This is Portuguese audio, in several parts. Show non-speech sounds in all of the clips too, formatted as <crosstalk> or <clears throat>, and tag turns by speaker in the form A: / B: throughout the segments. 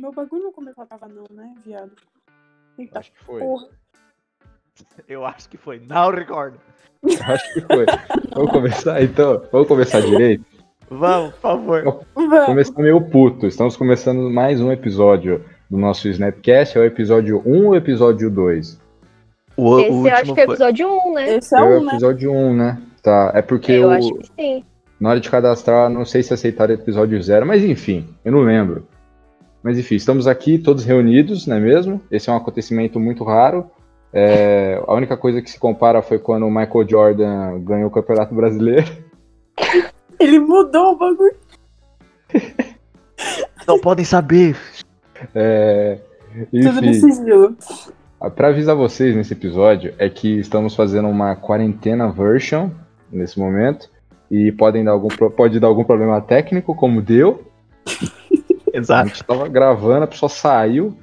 A: Meu bagulho não começou a gravar, não, né, viado? Eita
B: Acho que foi.
A: porra.
C: Eu acho que foi. Não recordo.
B: Acho que foi. Vamos começar então? Vamos começar direito?
C: Vamos, por favor.
A: Vamos.
B: Começar meio puto. Estamos começando mais um episódio do nosso Snapcast. É o episódio 1 ou episódio 2?
C: O,
D: Esse eu acho que é o episódio 1, né?
A: Esse é
B: É
A: um,
B: o
A: né?
B: episódio 1, né? Tá. É porque
D: eu
B: o-
D: acho que sim.
B: na hora de cadastrar, não sei se aceitaram o episódio 0, mas enfim, eu não lembro. Mas enfim, estamos aqui todos reunidos, não é mesmo? Esse é um acontecimento muito raro. É, a única coisa que se compara foi quando o Michael Jordan ganhou o Campeonato Brasileiro. <laughs>
A: Ele mudou o bagulho.
C: Não podem saber.
B: É,
A: Tudo
B: enfim,
A: nesse sigilo.
B: Pra avisar vocês nesse episódio é que estamos fazendo uma quarentena version nesse momento e podem dar algum pro- pode dar algum problema técnico, como deu. A
C: Exato.
B: gente tava gravando, a pessoa saiu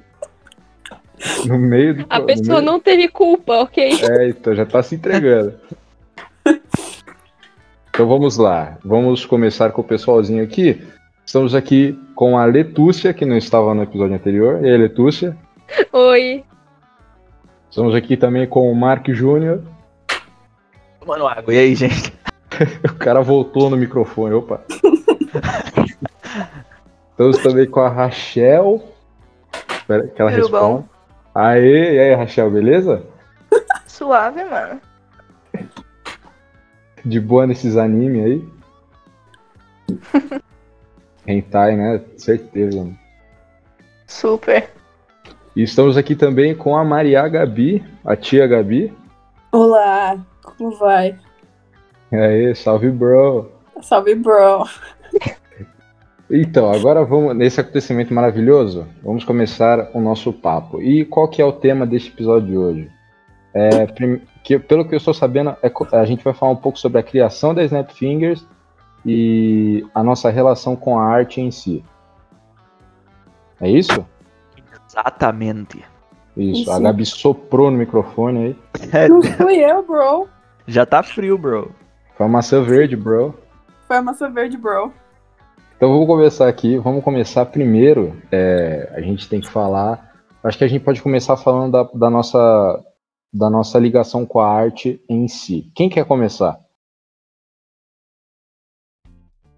B: no meio do
D: A
B: no
D: pessoa
B: meio-
D: não teve culpa, ok?
B: É, então já tá se entregando. Então vamos lá, vamos começar com o pessoalzinho aqui. Estamos aqui com a Letúcia, que não estava no episódio anterior. E aí, Letúcia?
D: Oi.
B: Estamos aqui também com o Mark Júnior.
C: Mano, água. E aí, gente?
B: O cara voltou no microfone, opa. Estamos também com a Rachel. Espera que ela
E: Tudo
B: responda. Aê, e aí, Rachel, beleza?
E: Suave, mano.
B: De boa nesses animes aí? Hentai, né? Certeza. mano.
E: Super.
B: E estamos aqui também com a Maria Gabi, a tia Gabi.
A: Olá, como vai?
B: E aí, salve, bro.
A: Salve,
B: <laughs>
A: bro.
B: Então, agora vamos nesse acontecimento maravilhoso, vamos começar o nosso papo. E qual que é o tema deste episódio de hoje? É, prim- que, pelo que eu estou sabendo, é co- a gente vai falar um pouco sobre a criação da Snapfingers e a nossa relação com a arte em si. É isso?
C: Exatamente.
B: Isso.
A: Isso.
B: A Gabi soprou no microfone aí.
A: Não fui eu, bro.
C: É, Já tá frio, bro.
B: Foi uma maçã verde, bro.
A: Foi a maçã verde, bro.
B: Então vamos começar aqui, vamos começar primeiro, é, a gente tem que falar, acho que a gente pode começar falando da, da nossa, da nossa ligação com a arte em si. Quem quer começar?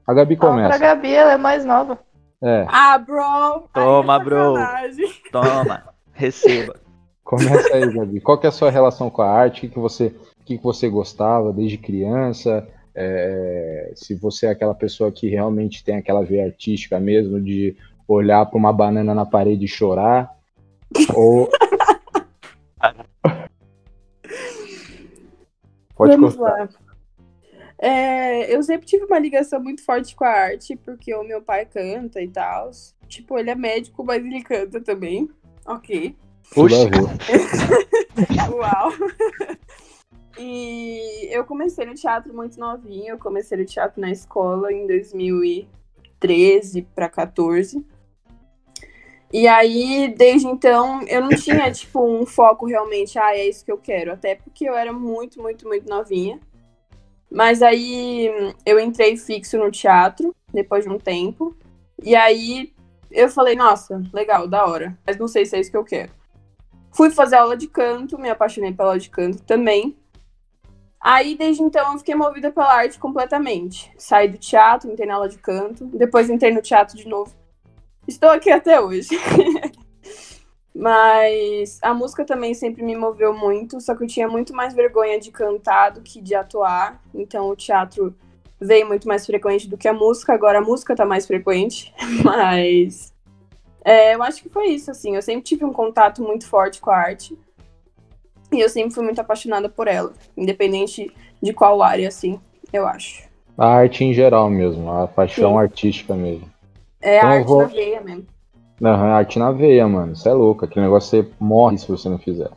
B: A Gabi
E: Fala pra
B: começa.
E: Gabi, ela é mais nova.
B: É,
A: Ah, bro. Ai,
C: Toma,
A: que
C: bro.
A: sacanagem.
C: Toma. Receba.
B: começa aí, Gabi. Qual que é a sua relação com a arte? O que, que, você, o que, que você gostava desde criança? É, se você é aquela pessoa que realmente tem aquela veia artística mesmo, de olhar para uma banana na parede e chorar. Ou <laughs> Pode
A: Vamos
B: cortar.
A: lá. É, eu sempre tive uma ligação muito forte com a arte, porque o meu pai canta e tal. Tipo, ele é médico, mas ele canta também. Ok.
B: Tudo a
C: Oxi.
B: ver.
A: Uau! <laughs> E eu comecei no teatro muito novinha, eu comecei no teatro na escola em 2013 para 14. E aí, desde então, eu não tinha, tipo, um foco realmente, ah, é isso que eu quero. Até porque eu era muito, muito, muito novinha. Mas aí eu entrei fixo no teatro, depois de um tempo. E aí eu falei, nossa, legal, da hora. Mas não sei se é isso que eu quero. Fui fazer aula de canto, me apaixonei pela aula de canto também. Aí, desde então, eu fiquei movida pela arte completamente. Saí do teatro, entrei na aula de canto, depois entrei no teatro de novo. Estou aqui até hoje. <laughs> Mas a música também sempre me moveu muito, só que eu tinha muito mais vergonha de cantar do que de atuar. Então o teatro veio muito mais frequente do que a música, agora a música tá mais frequente. <laughs> Mas é, eu acho que foi isso, assim. Eu sempre tive um contato muito forte com a arte. E eu sempre fui muito apaixonada por ela. Independente de qual área, assim, eu acho.
B: A arte em geral mesmo, a paixão
A: Sim.
B: artística mesmo.
A: É
B: Então
A: a
B: eu
A: arte
B: vou-
A: na veia mesmo.
B: Aham, arte na veia, mano. Isso é louco. Aquele negócio você morre se você não fizer.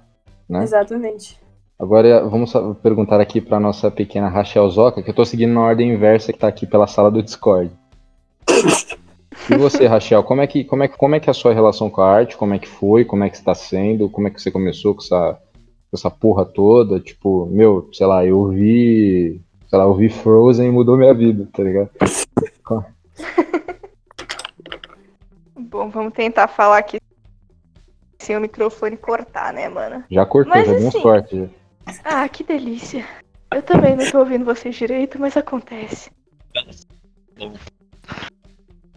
B: Né?
A: Exatamente.
B: Agora vamos sa- perguntar aqui pra nossa pequena Rachel Zoca, que eu tô seguindo na ordem inversa que tá aqui pela sala do Discord. E você, Rachel, como é, que, como, é que, como é que é a sua relação com a arte? Como é que foi? Como é que está sendo? Como é que você começou com essa, com essa porra toda? Tipo, meu, sei lá, eu vi. Sei lá, eu vi Frozen e mudou minha vida, tá ligado?
E: Bom, vamos tentar falar aqui sem o microfone cortar, né, mano?
B: Já cortou,
E: Mas
B: já deu uns
E: assim-
B: cortes. já.
E: Ah, que delícia. Eu também não tô ouvindo vocês direito, mas acontece.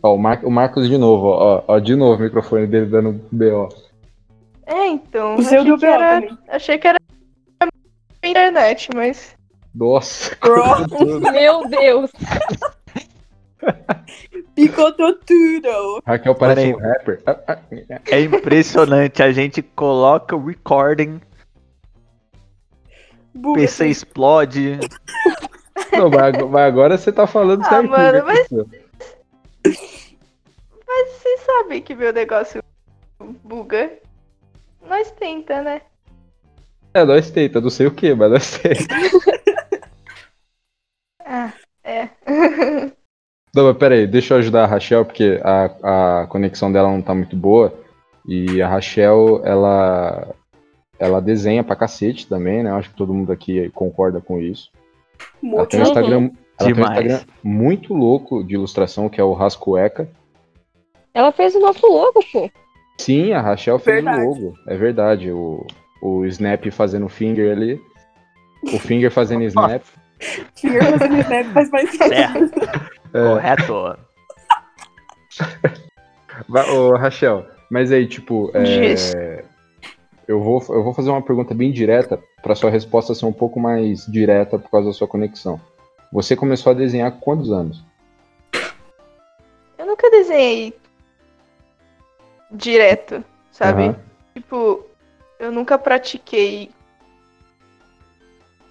B: Ó, o, Mar- o Marcos de novo, ó, ó, ó, de novo o microfone dele dando B.O.
E: É, então.
A: O seu
E: achei
A: do
E: que
A: B.O.
E: era-
A: também.
E: Achei que era internet, mas.
B: Nossa, <laughs>
A: Bro,
B: cortou tudo.
D: Meu Deus.
A: picotou tudo.
B: Raquel parece
C: Peraí.
B: um rapper. Ah, ah, ah.
C: É impressionante, a gente coloca o recording, o
A: Buga.
D: assim.
C: PC explode.
B: Não, mas ag- mas agora você tá falando
E: Ah,
B: certinho.
E: mano,
B: né,
E: mas-
B: pessoal?
E: Vocês sabem que meu negócio buga. Nós tenta, né?
B: É, nós teita, não sei o que, mas nós teita.
E: Ah, é.
B: Não, mas peraí, deixa eu ajudar a Rachel, porque a, a conexão dela não tá muito boa. E a Rachel, ela, ela desenha pra cacete também, né? Eu Acho que todo mundo aqui concorda com isso. Ela
A: Muito.
B: tem um
D: Uhum.
B: Instagram, ela tem um
C: Demais.
B: Instagram muito louco de ilustração, que é o Rascueca.
D: Ela fez o nosso logo, pô.
B: Sim, a Rachel fez
A: Verdade.
B: o logo. É verdade. O, o Snap fazendo finger ali. O finger fazendo snap.
A: Finger fazendo snap faz mais
C: Certo,
B: É,
C: correto.
B: Va- Ô, Rachel, mas aí, tipo,
E: um
B: é,
E: Diz.
B: eu, vou, eu vou fazer uma pergunta bem direta pra sua resposta ser um pouco mais direta por causa da sua conexão. Você começou a desenhar com quantos anos?
E: Eu nunca desenhei direto, sabe?
B: Aham.
E: Tipo, eu nunca pratiquei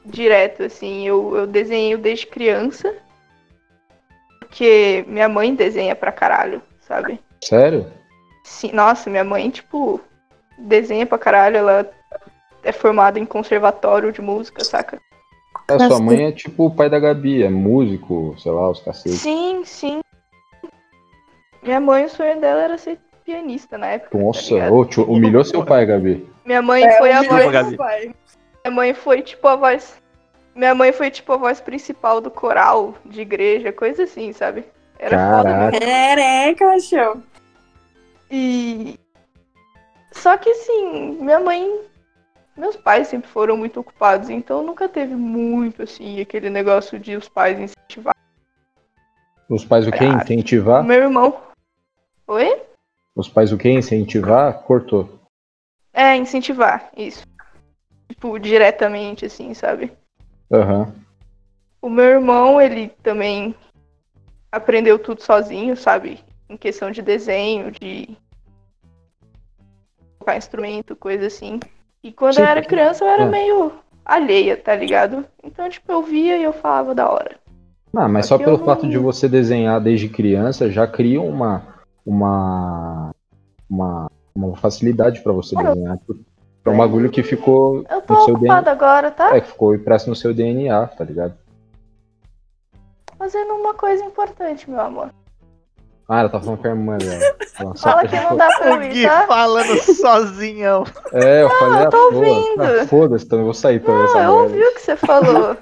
E: direto, assim. Eu, eu desenho desde criança. Porque minha mãe desenha pra caralho, sabe?
B: Sério?
E: Sim, nossa, minha mãe, tipo, desenha pra caralho. Ela é formada em conservatório de música, saca?
B: A sua
A: Nossa.
B: mãe é tipo o pai da Gabi, é músico, sei lá, os cacetes.
E: Sim, sim. Minha mãe, o sonho dela era ser pianista na época. tá
B: Nossa,
E: ligado?
B: ô, tio, humilhou seu pai, Gabi.
E: Minha mãe
A: É,
E: foi a
A: humilhou
E: voz
C: Ô, Gabi.
A: meu pai.
E: Minha mãe foi tipo a voz. Minha mãe foi tipo a voz principal do coral de igreja, coisa assim, sabe? Era foda
B: Caraca.
E: mesmo.
A: Caraca, Rachel.
E: E. Só que assim, minha mãe. Meus pais sempre foram muito ocupados, então nunca teve muito assim, aquele negócio de os pais incentivar.
B: Os pais o quê?
E: Cara.
B: Incentivar?
E: Meu irmão. Oi?
B: Os pais o quê? Incentivar? Cortou.
E: É, incentivar, isso. Tipo, diretamente, assim, sabe?
B: Aham.
E: O meu irmão, ele também aprendeu tudo sozinho, sabe? Em questão de desenho, de tocar instrumento, coisa assim. E quando
B: Sim,
E: eu era
B: porque-
E: criança, eu era
B: Ah.
E: meio alheia, tá ligado? Então, tipo, eu via e eu falava da hora.
B: Ah, mas
E: Só
B: só
E: que
B: pelo
E: eu não-
B: fato de você desenhar desde criança já cria uma uma uma, uma facilidade pra você
E: Cara, eu-
B: desenhar. É um bagulho que ficou
E: Eu tô
B: no seu DNA,
E: ocupada agora, tá?
B: é, que ficou impresso no seu DNA, tá ligado?
E: Fazendo uma coisa importante, meu amor.
B: Ah, ela tá falando com a irmã dela. Ela só- tá tipo,
E: Fala que
B: <laughs>
E: não dá pra
C: O
E: mim,
C: Gui
E: tá?
C: falando sozinho.
B: É, eu falei
E: eu
B: a
E: tô
B: toa.
E: ouvindo.
B: Ah, Foda-se, então eu vou sair também
E: Não,
B: essa
E: eu
B: merda.
E: ouvi o que você falou.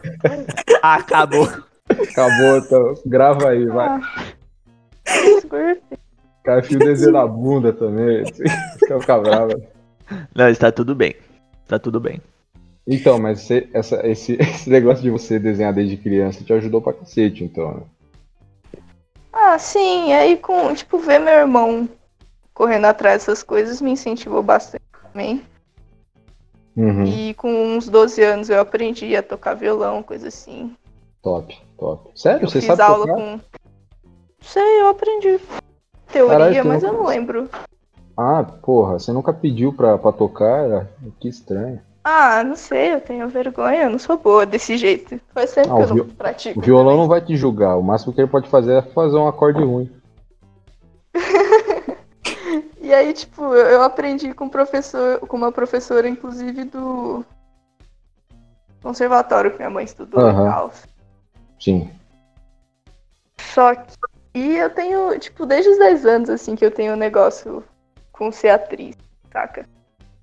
C: Acabou.
B: Acabou, então grava aí, <laughs> vai.
E: Ah. Desculpa.
B: Cara, fio desenho na bunda também. assim, <laughs> Fica fica brava.
C: Não, está tudo bem. Está tudo bem.
B: Então, mas você- essa- esse, <laughs> esse negócio de você desenhar desde criança te ajudou pra cacete, então. né?
E: Ah, sim, aí com, tipo, ver meu irmão correndo atrás dessas coisas me incentivou bastante também.
B: Uhum.
E: E com uns 12 anos eu aprendi a tocar violão, coisa assim.
B: Top, top. Sério,
E: Eu
B: você
E: fiz
B: sabe
E: aula
B: tocar?
E: com. Sei, eu aprendi teoria,
B: Caralho, um tu
E: mas
B: nunca-
E: eu não lembro.
B: Ah, porra, você nunca pediu pra, pra tocar? Que estranho.
E: Ah, não sei, eu tenho vergonha, eu não sou boa desse jeito. Faz tempo
B: Ah,
E: que
B: o
E: eu não
B: vi-
E: pratico.
B: O violão não vai te julgar, o máximo que ele pode fazer é fazer um acorde ruim.
E: E aí, tipo, eu eu aprendi com um professor, com uma professora, inclusive, do conservatório que minha mãe estudou
B: Aham.
E: e tal.
B: Sim.
E: Só que. E eu tenho, tipo, desde os 10 anos, assim, que eu tenho um negócio com ser atriz, saca?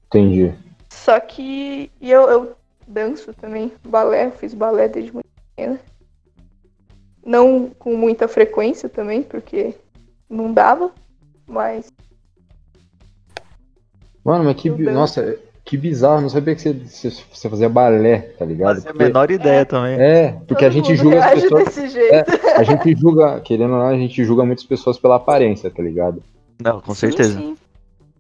B: Entendi.
E: Só que. E eu, eu danço também, balé, eu fiz balé desde muito pequena. Não com muita frequência também, porque não dava, mas
B: Mano, mas que. bi-
E: Deus.
B: Nossa, que bizarro. Não sabia que você, você, você fazia balé, tá ligado?
C: Fazia a menor ideia também.
B: É, porque a
E: Todo
B: gente
E: mundo
B: julga as
E: reage
B: pessoas.
E: desse jeito.
C: É,
B: A gente julga, querendo ou não, a gente julga muitas pessoas pela aparência, tá ligado?
C: Não, com
E: Sim,
C: certeza.
E: sim.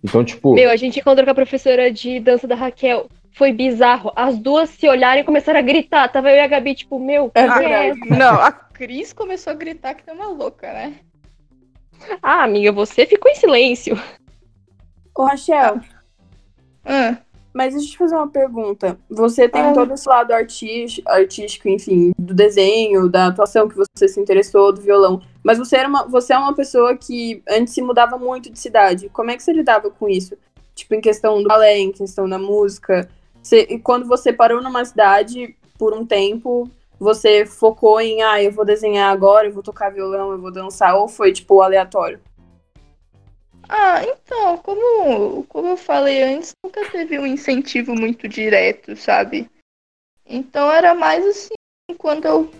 B: Então, tipo.
D: Meu, a gente encontrou com a professora de dança da Raquel. Foi bizarro. As duas se olharam e começaram a gritar. Tava eu e a Gabi, tipo, meu,
A: É
D: que
A: verdade.
E: Não, a Cris começou a gritar que tá uma louca, né?
D: essa? Ah, amiga, você ficou em silêncio.
A: Ô, Rachel,
E: Ah,
A: Mas deixa eu te fazer uma pergunta. Você tem
E: Ah.
A: todo esse lado artis- artístico, enfim, do desenho, da atuação que você se interessou, do violão. Mas você, era uma, você é uma pessoa que antes se mudava muito de cidade. Como é que você lidava com isso? Tipo, em questão do balé, em questão da música. Você- e quando você parou numa cidade por um tempo, você focou em, ah, eu vou desenhar agora, eu vou tocar violão, eu vou dançar, ou foi, tipo, aleatório?
E: Ah, então, como, como eu falei antes, nunca teve um incentivo muito direto, sabe? Então era mais assim, quando eu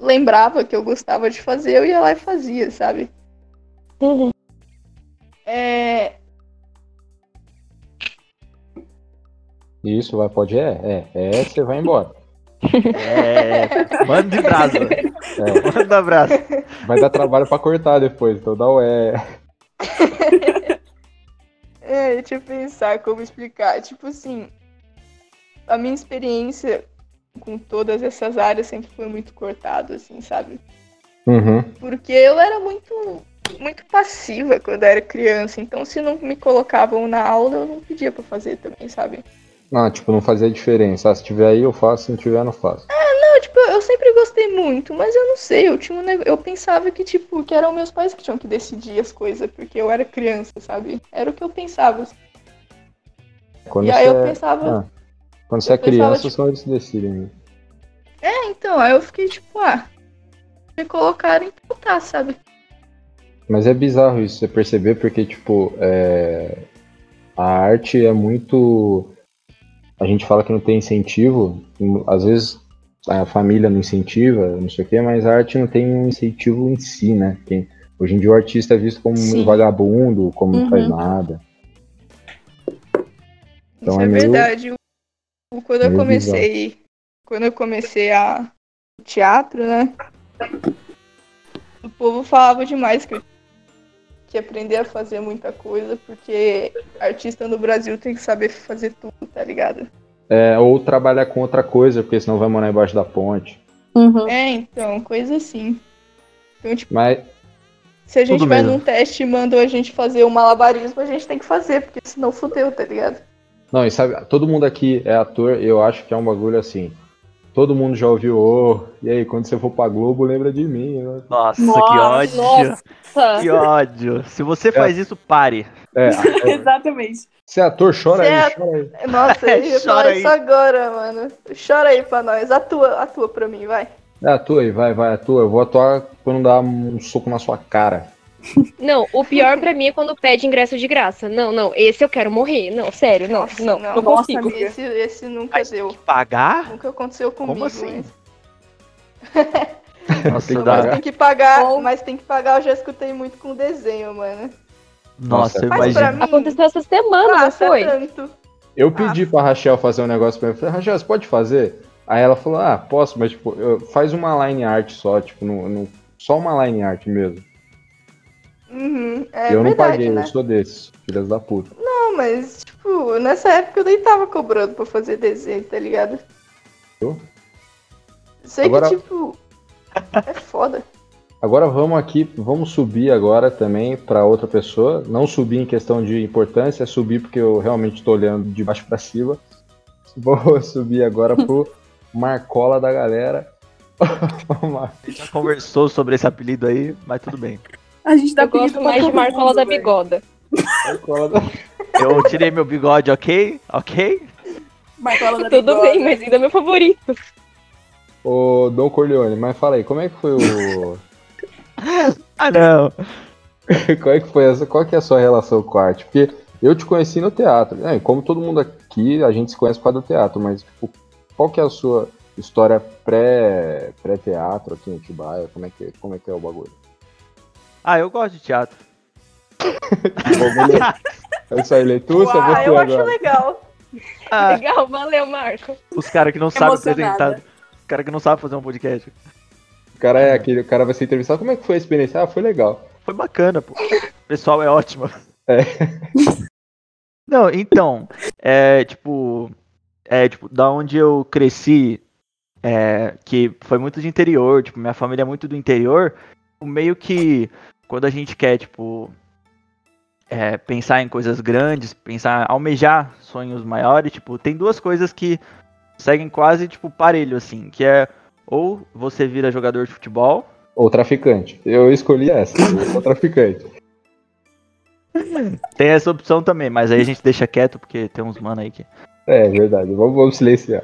E: lembrava que eu gostava de fazer, eu ia lá e fazia, sabe? É,
B: Isso, vai, pode é, é, é, você vai embora.
C: É, manda de brasa.
B: É.
C: Manda um brasa.
B: Vai dar trabalho pra cortar depois, então dá o é.
E: É, deixa eu pensar como explicar. Tipo assim, a minha experiência com todas essas áreas sempre foi muito cortada, assim, sabe?
B: Uhum.
E: Porque eu era muito, muito passiva quando era criança, então se não me colocavam na aula, eu não pedia pra fazer também, sabe?
B: Ah, tipo, não fazia diferença. Ah, se tiver aí, eu faço, se não tiver, eu não faço.
E: Não, tipo, eu sempre gostei muito, mas eu não sei, eu tinha um nego- eu pensava que, tipo, que eram meus pais que tinham que decidir as coisas, porque eu era criança, sabe? Era o que eu pensava.
B: Quando
E: E aí
B: você,
E: eu
B: é-
E: pensava,
B: Ah, quando você é
E: eu pensava,
B: criança,
E: tipo-
B: só eles decidem. né?
E: Então, aí eu fiquei tipo, ah, me colocaram então tá, sabe?
B: Mas é bizarro isso, você perceber, porque, tipo, é, a arte é muito. A gente fala que não tem incentivo, hum, às vezes a família não incentiva, não sei o quê, mas a arte não tem um incentivo em si, né? Tem- Hoje em dia o artista é visto como
E: Sim.
B: um vagabundo, como não faz
A: Uhum.
B: nada. Então
E: Isso
B: é
E: é
B: meio-
E: verdade. O- Quando eu
B: meio
E: comecei, quando eu comecei a o teatro, né? O povo falava demais que eu tinha que aprender a fazer muita coisa, porque artista no Brasil tem que saber fazer tudo, tá ligado?
B: É, ou trabalhar com outra coisa, porque senão vai morar embaixo da ponte.
A: Uhum.
E: É, então, coisa assim. Então, tipo,
B: Mas
E: se a gente
C: Tudo
E: vai
C: mesmo.
E: num teste e mandam a gente fazer um malabarismo, a gente tem que fazer, porque senão fudeu, tá ligado?
B: Não, e sabe, todo mundo aqui é ator, eu acho que é um bagulho assim. Todo mundo já ouviu, ô, e aí, quando você for pra Globo, lembra de mim. né?
C: Nossa, que
A: Nossa,
C: ódio.
D: Nossa.
C: Que ódio. Se você faz isso, pare.
A: <laughs>
B: É, <laughs>
A: Exatamente.
B: você é ator, chora
E: Você é
B: aí,
E: ator.
B: chora aí.
E: Nossa, eu ia
C: Chora
E: falar
C: aí.
E: isso agora, mano. Chora aí pra nós. Atua, atua pra mim, vai.
B: É, atua aí, vai, vai, atua. Eu vou atuar quando dar um soco na sua cara.
D: Não, o pior pra mim é quando pede ingresso de graça. Não, não, esse eu quero morrer. Não, sério, não,
E: Nossa,
D: não,
E: não,
D: não,
A: nossa,
D: consigo.
A: amiga.
E: Esse, esse nunca deu.
C: Pagar?
E: Nunca aconteceu comigo.
C: Como assim?
E: Mas,
C: Nossa,
B: Tem que
E: mas
B: pagar.
E: tem que pagar,
A: Bom.
E: mas tem que pagar. Eu já escutei muito com desenho, mano.
C: Nossa, eu
B: Mas
E: Faz pra
C: imagino.
E: mim.
D: Aconteceu essa semana, não
E: Passa
D: foi?
E: tanto. Ah.
B: Eu pedi pra Rachel fazer um negócio pra mim. Eu falei, Rachel, você pode fazer? Aí ela falou, ah, posso, mas tipo, eu- faz uma line art só, tipo, no, no- só uma line art mesmo.
E: Uhum, é
B: eu não
E: verdade,
B: paguei,
E: né?
B: eu sou desses, filhas da puta.
E: Não, mas, tipo, nessa época eu nem tava cobrando pra fazer desenho, tá ligado?
B: Eu?
E: Sei
B: Agora-
E: que, tipo, é foda.
B: Agora vamos aqui, vamos subir agora também para outra pessoa. Não subir em questão de importância, é subir porque eu realmente estou olhando de baixo para cima. <laughs> Vou subir agora pro Marcola da galera. <laughs> Vamos lá.
C: A gente já conversou sobre esse apelido aí, mas tudo bem.
A: A gente tá dá
D: Eu gosto
A: apelido pra
D: mais de
A: todo
D: Marcola
A: mundo,
D: da
A: velho.
D: Bigoda.
B: Marcola da...
C: Eu tirei meu bigode, ok? Ok?
A: Marcola <laughs> da
D: Tudo
A: Bigoda.
D: bem, mas ainda é meu favorito.
B: Ô, Dom Corleone, mas fala aí, como é que foi o.
C: Ah, não.
B: Qual é que foi essa? Qual que é a sua relação com a arte? Porque eu te conheci no teatro. né? E como todo mundo aqui, a gente se conhece por causa do teatro, mas tipo, qual que é a sua história pré- pré-teatro aqui em Atibaia? Como é que, como é, que é
E: <laughs>
B: o bagulho?
C: Ah, eu gosto de teatro.
B: O bagulho É isso aí, Letuça,
D: Ah,
E: Uau,
B: você
E: eu acho
B: agora.
E: legal.
C: Ah,
D: tá Legal, valeu, Marco.
C: os caras que não sabem
A: Emocionada.
C: apresentar. Os caras que não sabem fazer um podcast.
B: O cara é aquele, o cara vai ser entrevistado. Como é que foi a experiência? Ah, foi legal.
C: Foi bacana, pô. O pessoal é ótimo.
B: É.
C: <laughs> Não, então, é tipo, é tipo, da onde eu cresci, é, que foi muito de interior, tipo, minha família é muito do interior, o meio que quando a gente quer, tipo, é, pensar em coisas grandes, pensar, almejar sonhos maiores, tipo, tem duas coisas que seguem quase, tipo, parelho, assim, que é ou você vira jogador de futebol,
B: Ou traficante. Eu escolhi essa, <laughs> eu sou traficante.
C: Tem essa opção também, mas aí a gente deixa quieto, porque tem uns mano aí que.
B: É, verdade. Vamos, vamos silenciar.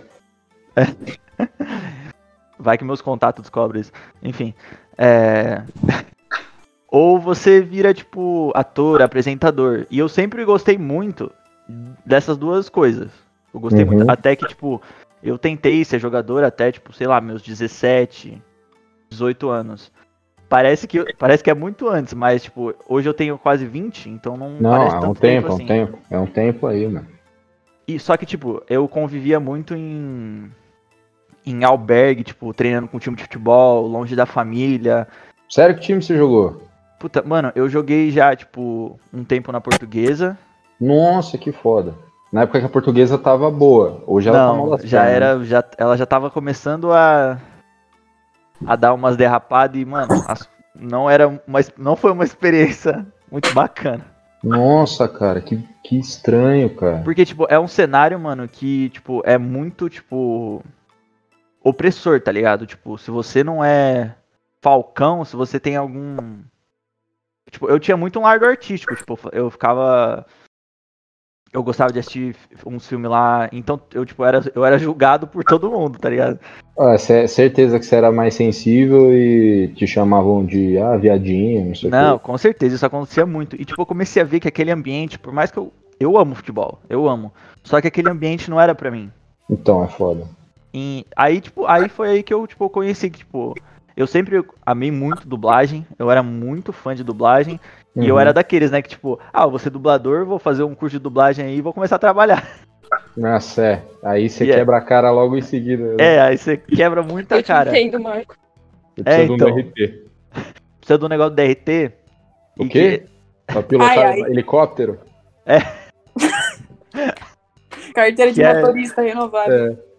C: Vai que meus contatos descobrem isso. Enfim. É. <laughs> Ou você vira, tipo, ator, apresentador. E eu sempre gostei muito dessas duas coisas. Eu gostei
B: Uhum.
C: muito. Até que, tipo, eu tentei ser jogador até, tipo, sei lá, meus 17, 18 anos. Parece que, parece que é muito antes, mas, tipo, hoje eu tenho quase 20, então não.
B: Não,
C: parece
B: é um
C: tanto
B: tempo, é um
C: assim.
B: tempo. É um tempo aí, mano.
C: E só que, tipo, eu convivia muito em. em albergue, tipo, treinando com time de futebol, longe da família.
B: Sério, que time você jogou?
C: Puta, mano, eu joguei já, tipo, um tempo na portuguesa.
B: Nossa, que foda. Na época que a portuguesa tava boa. Hoje ela tá
C: Não,
B: mal
C: já era. Já, ela já tava começando a. a dar umas derrapadas e, mano, as- não era uma, ex- não foi uma experiência <laughs> muito bacana.
B: Nossa, cara, que, que estranho, cara.
C: Porque, tipo, é um cenário, mano, que, tipo, é muito, tipo. opressor, tá ligado? Tipo, se você não é falcão, se você tem algum. Tipo, eu tinha muito um largo artístico, tipo, eu ficava. Eu gostava de assistir uns filmes lá, então eu, tipo, era, eu era julgado por todo mundo, tá ligado?
B: Ah, cê- certeza que você era mais sensível e te chamavam de ah, viadinho, não sei o
C: Não, com certeza, isso acontecia muito. E, tipo, eu comecei a ver que aquele ambiente, por mais que eu. Eu amo futebol, eu amo. Só que aquele ambiente não era pra mim.
B: quê. Então, é foda.
C: E aí, tipo, aí foi aí que eu, tipo, conheci que, tipo, eu sempre amei muito dublagem, eu era muito fã de dublagem, e eu
B: Uhum.
C: era daqueles, né, que tipo, ah, eu vou ser dublador, vou fazer um curso de dublagem aí e vou começar a trabalhar.
B: Nossa, é. Aí você
C: E é.
B: quebra a cara logo em seguida.
C: É, aí você quebra muita
D: eu te
C: Tá, cara.
D: entendo, Marco.
B: Você precisa
C: é,
B: de um
C: então.
B: DRT.
C: Precisa é do negócio do DRT.
B: O
C: e
B: quê?
C: que-
B: Pra pilotar
A: Ai,
B: helicóptero?
A: Carteira de
C: Que é-
A: motorista renovada.
B: É.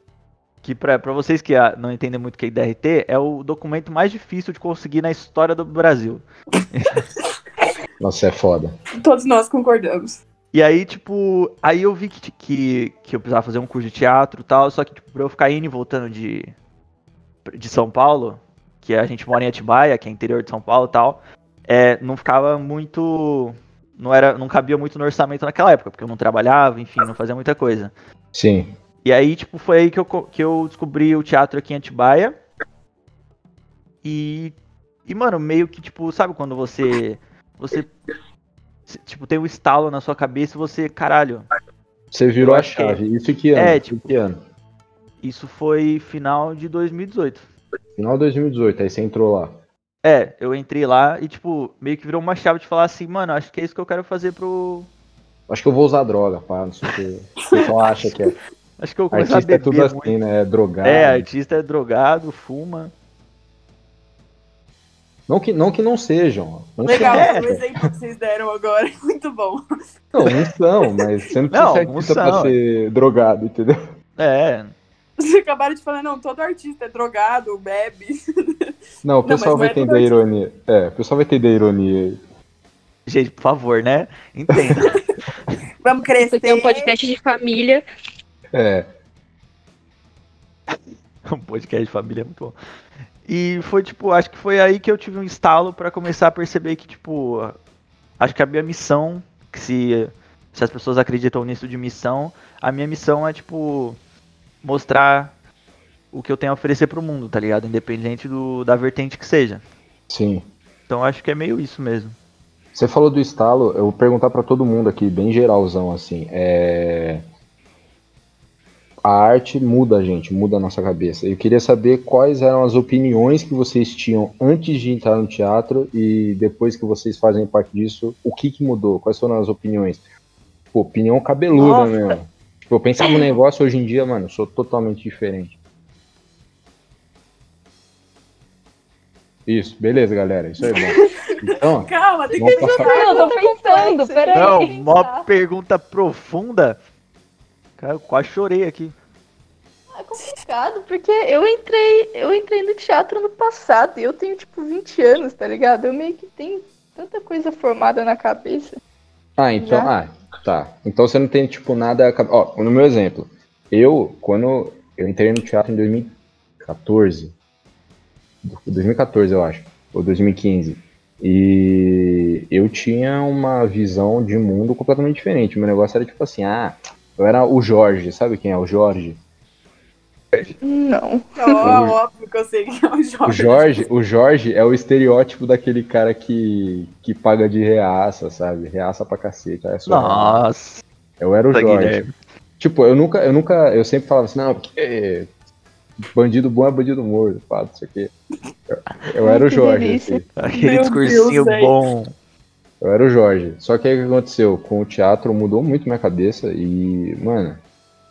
C: Que pra, pra vocês que ah, não entendem muito o que é DRT, é o documento mais difícil de conseguir na história do Brasil.
B: Nossa, é foda.
A: Todos nós concordamos.
C: E aí, tipo, aí eu vi que, que, que eu precisava fazer um curso de teatro e tal, só que tipo, pra eu ficar indo e voltando de, de São Paulo, que a gente mora em Atibaia, que é interior de São Paulo e tal, é, não ficava muito. Não, era, não cabia muito no orçamento naquela época, porque eu não trabalhava, enfim, não fazia muita coisa.
B: Sim.
C: E aí, tipo, foi aí que eu, co- que eu descobri o teatro aqui em Atibaia. E. E, mano, meio que, tipo, sabe quando você. Você. se- Tipo, tem um estalo na sua cabeça e você, caralho.
B: Você virou
C: Eu
B: a
C: acho que é.
B: chave. Isso que ano?
C: É,
B: Isso que ano?
C: Isso foi final de 2018.
B: Final de 2018, aí você entrou lá.
C: É, eu entrei lá e, tipo, meio que virou uma chave de falar assim, mano, acho que é isso que eu quero fazer pro.
B: Acho que eu vou usar droga, pá. Não sei o que. O pessoal acha que é.
C: Acho que eu vou começar
B: Artista
C: a
B: é
C: beber.
B: tudo assim,
C: muito.
B: né? É drogado.
C: É, artista é drogado, fuma.
B: Não que não, que não sejam. Não
A: Legal,
B: são,
A: o
B: cara.
A: exemplo que vocês deram agora <laughs> é muito bom.
B: Não, não são, mas
C: <laughs>
B: você não precisa
C: Não,
B: ser
C: não
B: artista
C: são.
B: pra ser drogado, entendeu?
C: É,
A: Vocês acabaram de falar, não, todo artista é drogado, bebe.
B: Não, o
A: mas
B: pessoal
A: não
B: vai
A: é todo
B: entender a ironia. É, o pessoal vai entender a ironia aí.
C: gente, por favor, né?
B: <laughs>
C: Entenda.
A: Vamos
D: Isso
A: crescer.
D: aqui é um podcast de família.
B: É,
C: <laughs> Um podcast de família é muito bom. E foi tipo, acho que foi aí que eu tive um estalo pra começar a perceber que, tipo, acho que a minha missão, que se, se as pessoas acreditam nisso de missão, a minha missão é, tipo, mostrar o que eu tenho a oferecer pro mundo, tá ligado? Independente do, da vertente que seja.
B: sim.
C: Então acho que é meio isso mesmo.
A: <laughs>
B: Você falou do estalo, eu vou perguntar pra todo mundo aqui, bem geralzão, assim. É... A arte muda a gente, muda a nossa cabeça. Eu queria saber quais eram as opiniões que vocês tinham antes de entrar no teatro e depois que vocês fazem parte disso, o que, que mudou? Quais foram as opiniões? tipo, opinião cabeluda
C: Nossa.
B: mesmo. Tipo, eu pensava no negócio hoje em dia, mano, eu sou totalmente diferente. Isso, beleza, galera. Isso aí é bom. Então,
A: Calma, tem
B: vamos passar.
D: Não, Ah, eu tô pensando, peraí.
C: Não,
D: Tem que
C: uma
D: pensar.
C: pergunta profunda. Cara, eu quase chorei aqui.
E: É complicado, porque eu entrei, eu entrei no teatro ano passado e eu tenho tipo 20 anos, tá ligado? Eu meio que tenho tanta coisa formada na cabeça.
B: Ah, então. Ah, tá. Então você não tem, tipo, nada. acab- Ó, no meu exemplo, eu, quando eu entrei no teatro em 2014, 2014, eu acho, ou 2015, e eu tinha uma visão de mundo completamente diferente. Meu negócio era tipo assim, ah, eu era o Jorge, sabe quem é o Jorge?
E: Não.
A: Ó, óbvio que eu sei que é o Jorge.
B: O Jorge, o Jorge é o estereótipo daquele cara que, que paga de reaça, sabe? Reaça pra cacete. ah, é só-
C: Nossa,
B: Eu era o Jorge.
C: Guilherme.
B: Tipo, eu nunca, eu nunca, eu sempre falava assim, não, porque bandido bom é bandido morto, pá, não sei o quê. Eu, eu era o
E: Que
B: Jorge,
E: delícia.
B: assim,
C: Aquele
A: Meu
C: discursinho
A: Deus, velho.
C: bom.
B: eu era o Jorge. Só que aí o que aconteceu? Com o teatro mudou muito minha cabeça e, mano,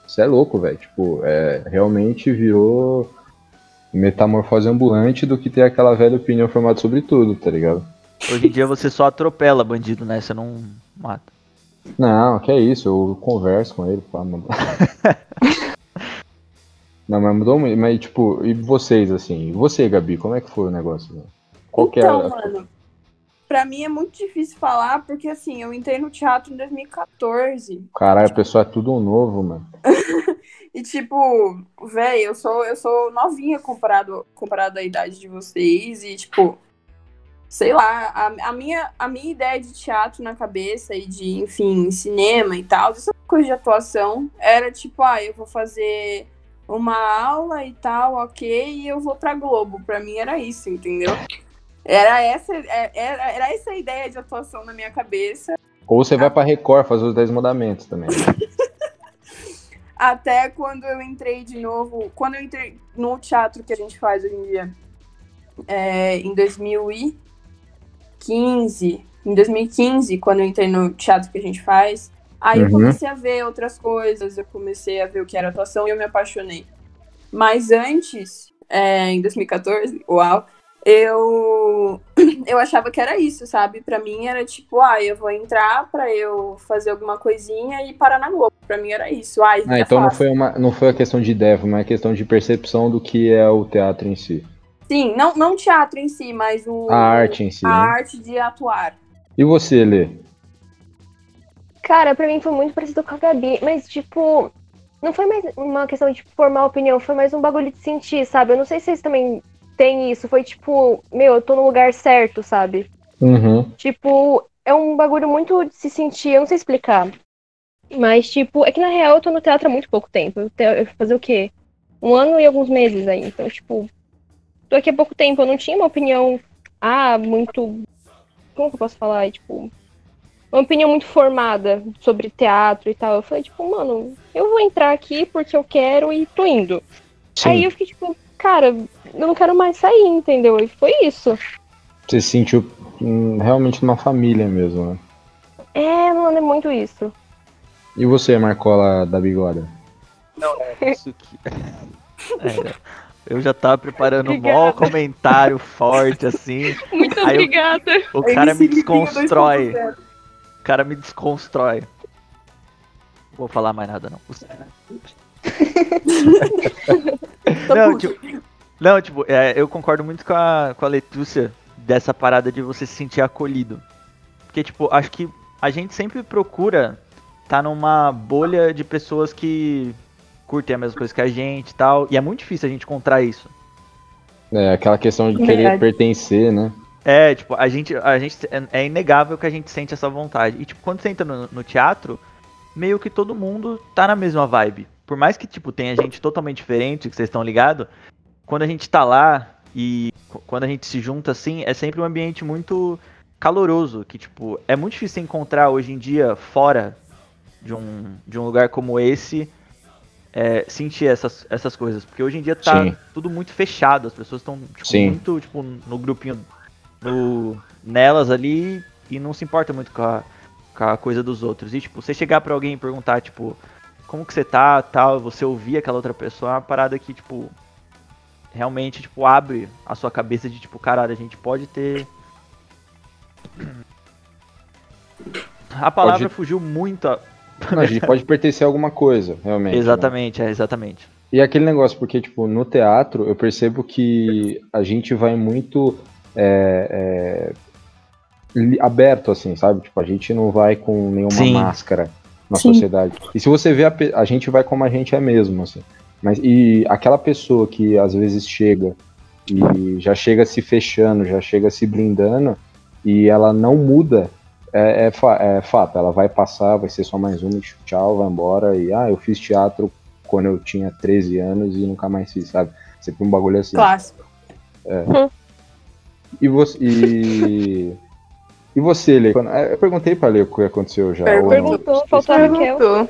B: isso é louco, velho. Tipo, é, realmente virou metamorfose ambulante do que ter aquela velha opinião formada sobre tudo, tá ligado?
C: Hoje em dia você só atropela bandido, né? Você não mata.
B: Não, que é isso, eu converso com ele, pá, mano. <laughs> Não, mas mudou muito. Mas, tipo, e vocês, assim? E você, Gabi, como é que foi o negócio? né? Qual que
A: então,
B: era?
A: mano, pra mim é muito difícil falar, porque assim, eu entrei no teatro em 2014.
B: Caralho, a pessoa é tudo novo, mano.
A: E tipo, velho, eu sou, eu sou novinha comparado, comparado à idade de vocês. E, tipo, sei lá, a, a minha, a minha ideia de teatro na cabeça e de, enfim, cinema e tal, essa coisa de atuação era tipo, ah, eu vou fazer uma aula e tal, ok, e eu vou pra Globo. Pra mim era isso, entendeu? Era essa, é- era, era essa a ideia de atuação na minha cabeça.
B: Ou você vai pra Record fazer os 10 mandamentos também.
A: Até quando eu entrei de novo, quando eu entrei no teatro que a gente faz hoje em dia, é, em 2015, em 2015, quando eu entrei no teatro que a gente faz, aí eu
B: Uhum.
A: comecei a ver outras coisas, eu comecei a ver o que era atuação e eu me apaixonei. Mas antes, é, em 2014, uau, eu <clears throat> eu achava que era isso, sabe? Pra mim era tipo, ah, eu vou entrar pra eu fazer alguma coisinha e parar na Globo. Pra mim era isso. Ah,
B: Ah, então não foi, uma, não foi a questão de ideia, foi uma questão de percepção do que é o teatro em si.
A: Sim, não, não o teatro em si, mas o
B: A arte em si.
A: a
B: Né?
A: arte de atuar.
B: E você, Lê?
D: Cara, pra mim foi muito parecido com a Gabi, mas tipo, não foi mais uma questão de formar opinião, foi mais um bagulho de sentir, sabe? Eu não sei se vocês também têm isso, foi tipo, meu, eu tô no lugar certo, sabe?
B: Uhum.
D: Tipo, é um bagulho muito de se sentir, eu não sei explicar. Mas, tipo, é que na real eu tô no teatro há muito pouco tempo. Eu, te, eu fazer o quê? Um ano e alguns meses aí. Então, tipo, tô aqui há pouco tempo. Eu não tinha uma opinião, ah, muito. Como que eu posso falar? Tipo, uma opinião muito formada sobre teatro e tal. Eu falei, tipo, mano, eu vou entrar aqui porque eu quero e tô indo.
B: Sim.
D: Aí eu fiquei, tipo, cara, eu não quero mais sair, entendeu? E foi isso.
B: Você se sentiu hum, realmente numa família mesmo, né?
D: É, mano, é muito isso.
B: E você, Marcola da Bigorna?
C: Isso que- <laughs> É, eu já tava preparando um
D: Obrigada.
C: maior comentário forte, assim.
D: Muito
C: Aí eu-
D: obrigada.
A: <laughs>
C: O cara me
A: MC Lipinho
C: desconstrói.
A: 2.0.
C: O cara me desconstrói. Não vou falar mais nada, não.
A: Tô
C: Não,
A: puto.
C: tipo, Não, tipo, é, eu concordo muito com a, com a Letúcia dessa parada de você se sentir acolhido. Porque, tipo, acho que a gente sempre procura estar numa bolha de pessoas que curtem a mesma coisa que a gente e tal. E é muito difícil a gente encontrar isso.
B: É, aquela questão de querer
A: Verdade.
B: pertencer, né?
C: É, tipo, a gente, a gente. É inegável que a gente sente essa vontade. E, tipo, quando você entra no, no teatro, meio que todo mundo tá na mesma vibe. Por mais que, tipo, tenha gente totalmente diferente, que vocês estão ligados, quando a gente tá lá e qu- quando a gente se junta assim, é sempre um ambiente muito caloroso. Que, tipo, é muito difícil você encontrar hoje em dia, fora de um, de um lugar como esse, é, sentir essas, essas coisas. Porque hoje em dia tá
B: Sim.
C: tudo muito fechado, as pessoas estão tipo,
B: Sim.
C: muito, tipo, no grupinho no, nelas ali e não se importa muito com a, com a coisa dos outros. E, tipo, você chegar pra alguém e perguntar, tipo, como que você tá, tal, você ouvir aquela outra pessoa, é uma parada que, tipo, realmente, tipo, abre a sua cabeça de, tipo, caralho, a gente pode ter... <clears throat> A palavra fugiu muito. a-
B: Não, a
C: <laughs>
B: gente pode pertencer a alguma coisa, realmente. né?
C: Exatamente, é, exatamente.
B: E é aquele negócio, porque, tipo, no teatro eu percebo que a gente vai muito é, é, li- aberto, assim, sabe? Tipo, a gente não vai com nenhuma
C: Sim.
B: máscara na
A: Sim.
B: sociedade. E se você vê, a, pe- a gente vai como a gente é mesmo, assim. Mas, e aquela pessoa que às vezes chega e já chega se fechando, já chega se blindando, e ela não muda, é, é fa- é fato. Ela vai passar, vai ser só mais uma, e tchau, vai embora. E, ah, eu fiz teatro quando eu tinha 13 anos e nunca mais fiz, sabe? Sempre um bagulho assim.
A: Clássico.
B: E você. E, e você, Lê? Quando- é, Eu perguntei pra Lê o que aconteceu já.
A: Perguntou,
B: ou não?
D: faltou a Raquel.
E: Perguntou.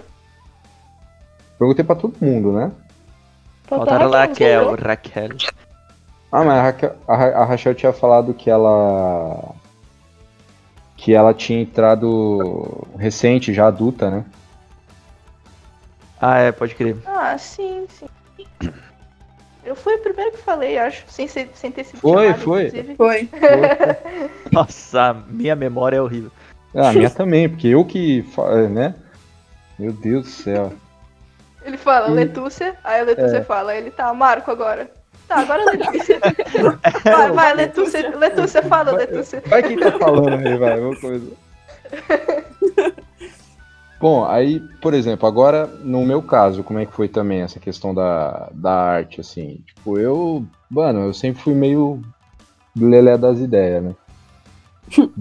B: Perguntei pra todo mundo, né?
E: Então
C: Faltaram lá
D: Raquel.
C: Raquel, Raquel.
B: Ah, mas a, Raquel, a, Ra- a Rachel tinha falado que ela. Que ela tinha entrado recente, já adulta, né?
C: Ah, é, pode crer.
E: Ah, sim, sim. Eu fui o primeiro que falei, acho, sem, ser- sem ter sido
B: Foi,
E: chamado,
B: foi.
E: inclusive.
A: Foi.
C: <laughs> Nossa, minha memória é horrível.
B: Ah, a minha também, porque eu que. fa- né? Meu Deus do céu.
E: Ele fala
B: Hum. É.
E: Letúcia, aí a Letúcia fala, ele tá, Marco agora. Tá, agora
B: <laughs>
E: Letúcia. vai, vai, Letúcia, Letúcia, fala, Letúcia.
B: É, Vai quem tá falando aí, vai, vamos começar. Bom, aí, por exemplo, agora, no meu caso, como é que foi também essa questão da, da arte, assim? Tipo, eu, mano, eu sempre fui meio lelé das ideias, né?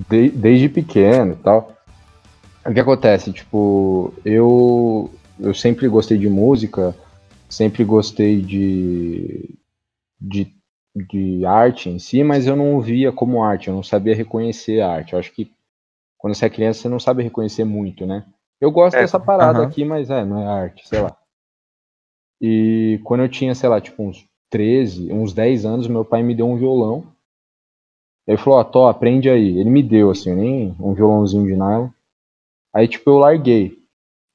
B: De- desde pequeno e tal. O que acontece, tipo, eu, eu sempre gostei de música, sempre gostei de, de de arte em si, mas eu não via como arte, eu não sabia reconhecer a arte. Eu acho que quando você é criança, você não sabe reconhecer muito, né? Eu gosto
C: É,
B: dessa parada
C: aham.
B: aqui, mas é, não é arte, sei lá. E quando eu tinha, sei lá, tipo uns 13, uns 10 anos, meu pai me deu um violão. Ele falou, ó, Tó, aprende aí. Ele me deu, assim, nem um violãozinho de nylon. Aí, tipo, eu larguei.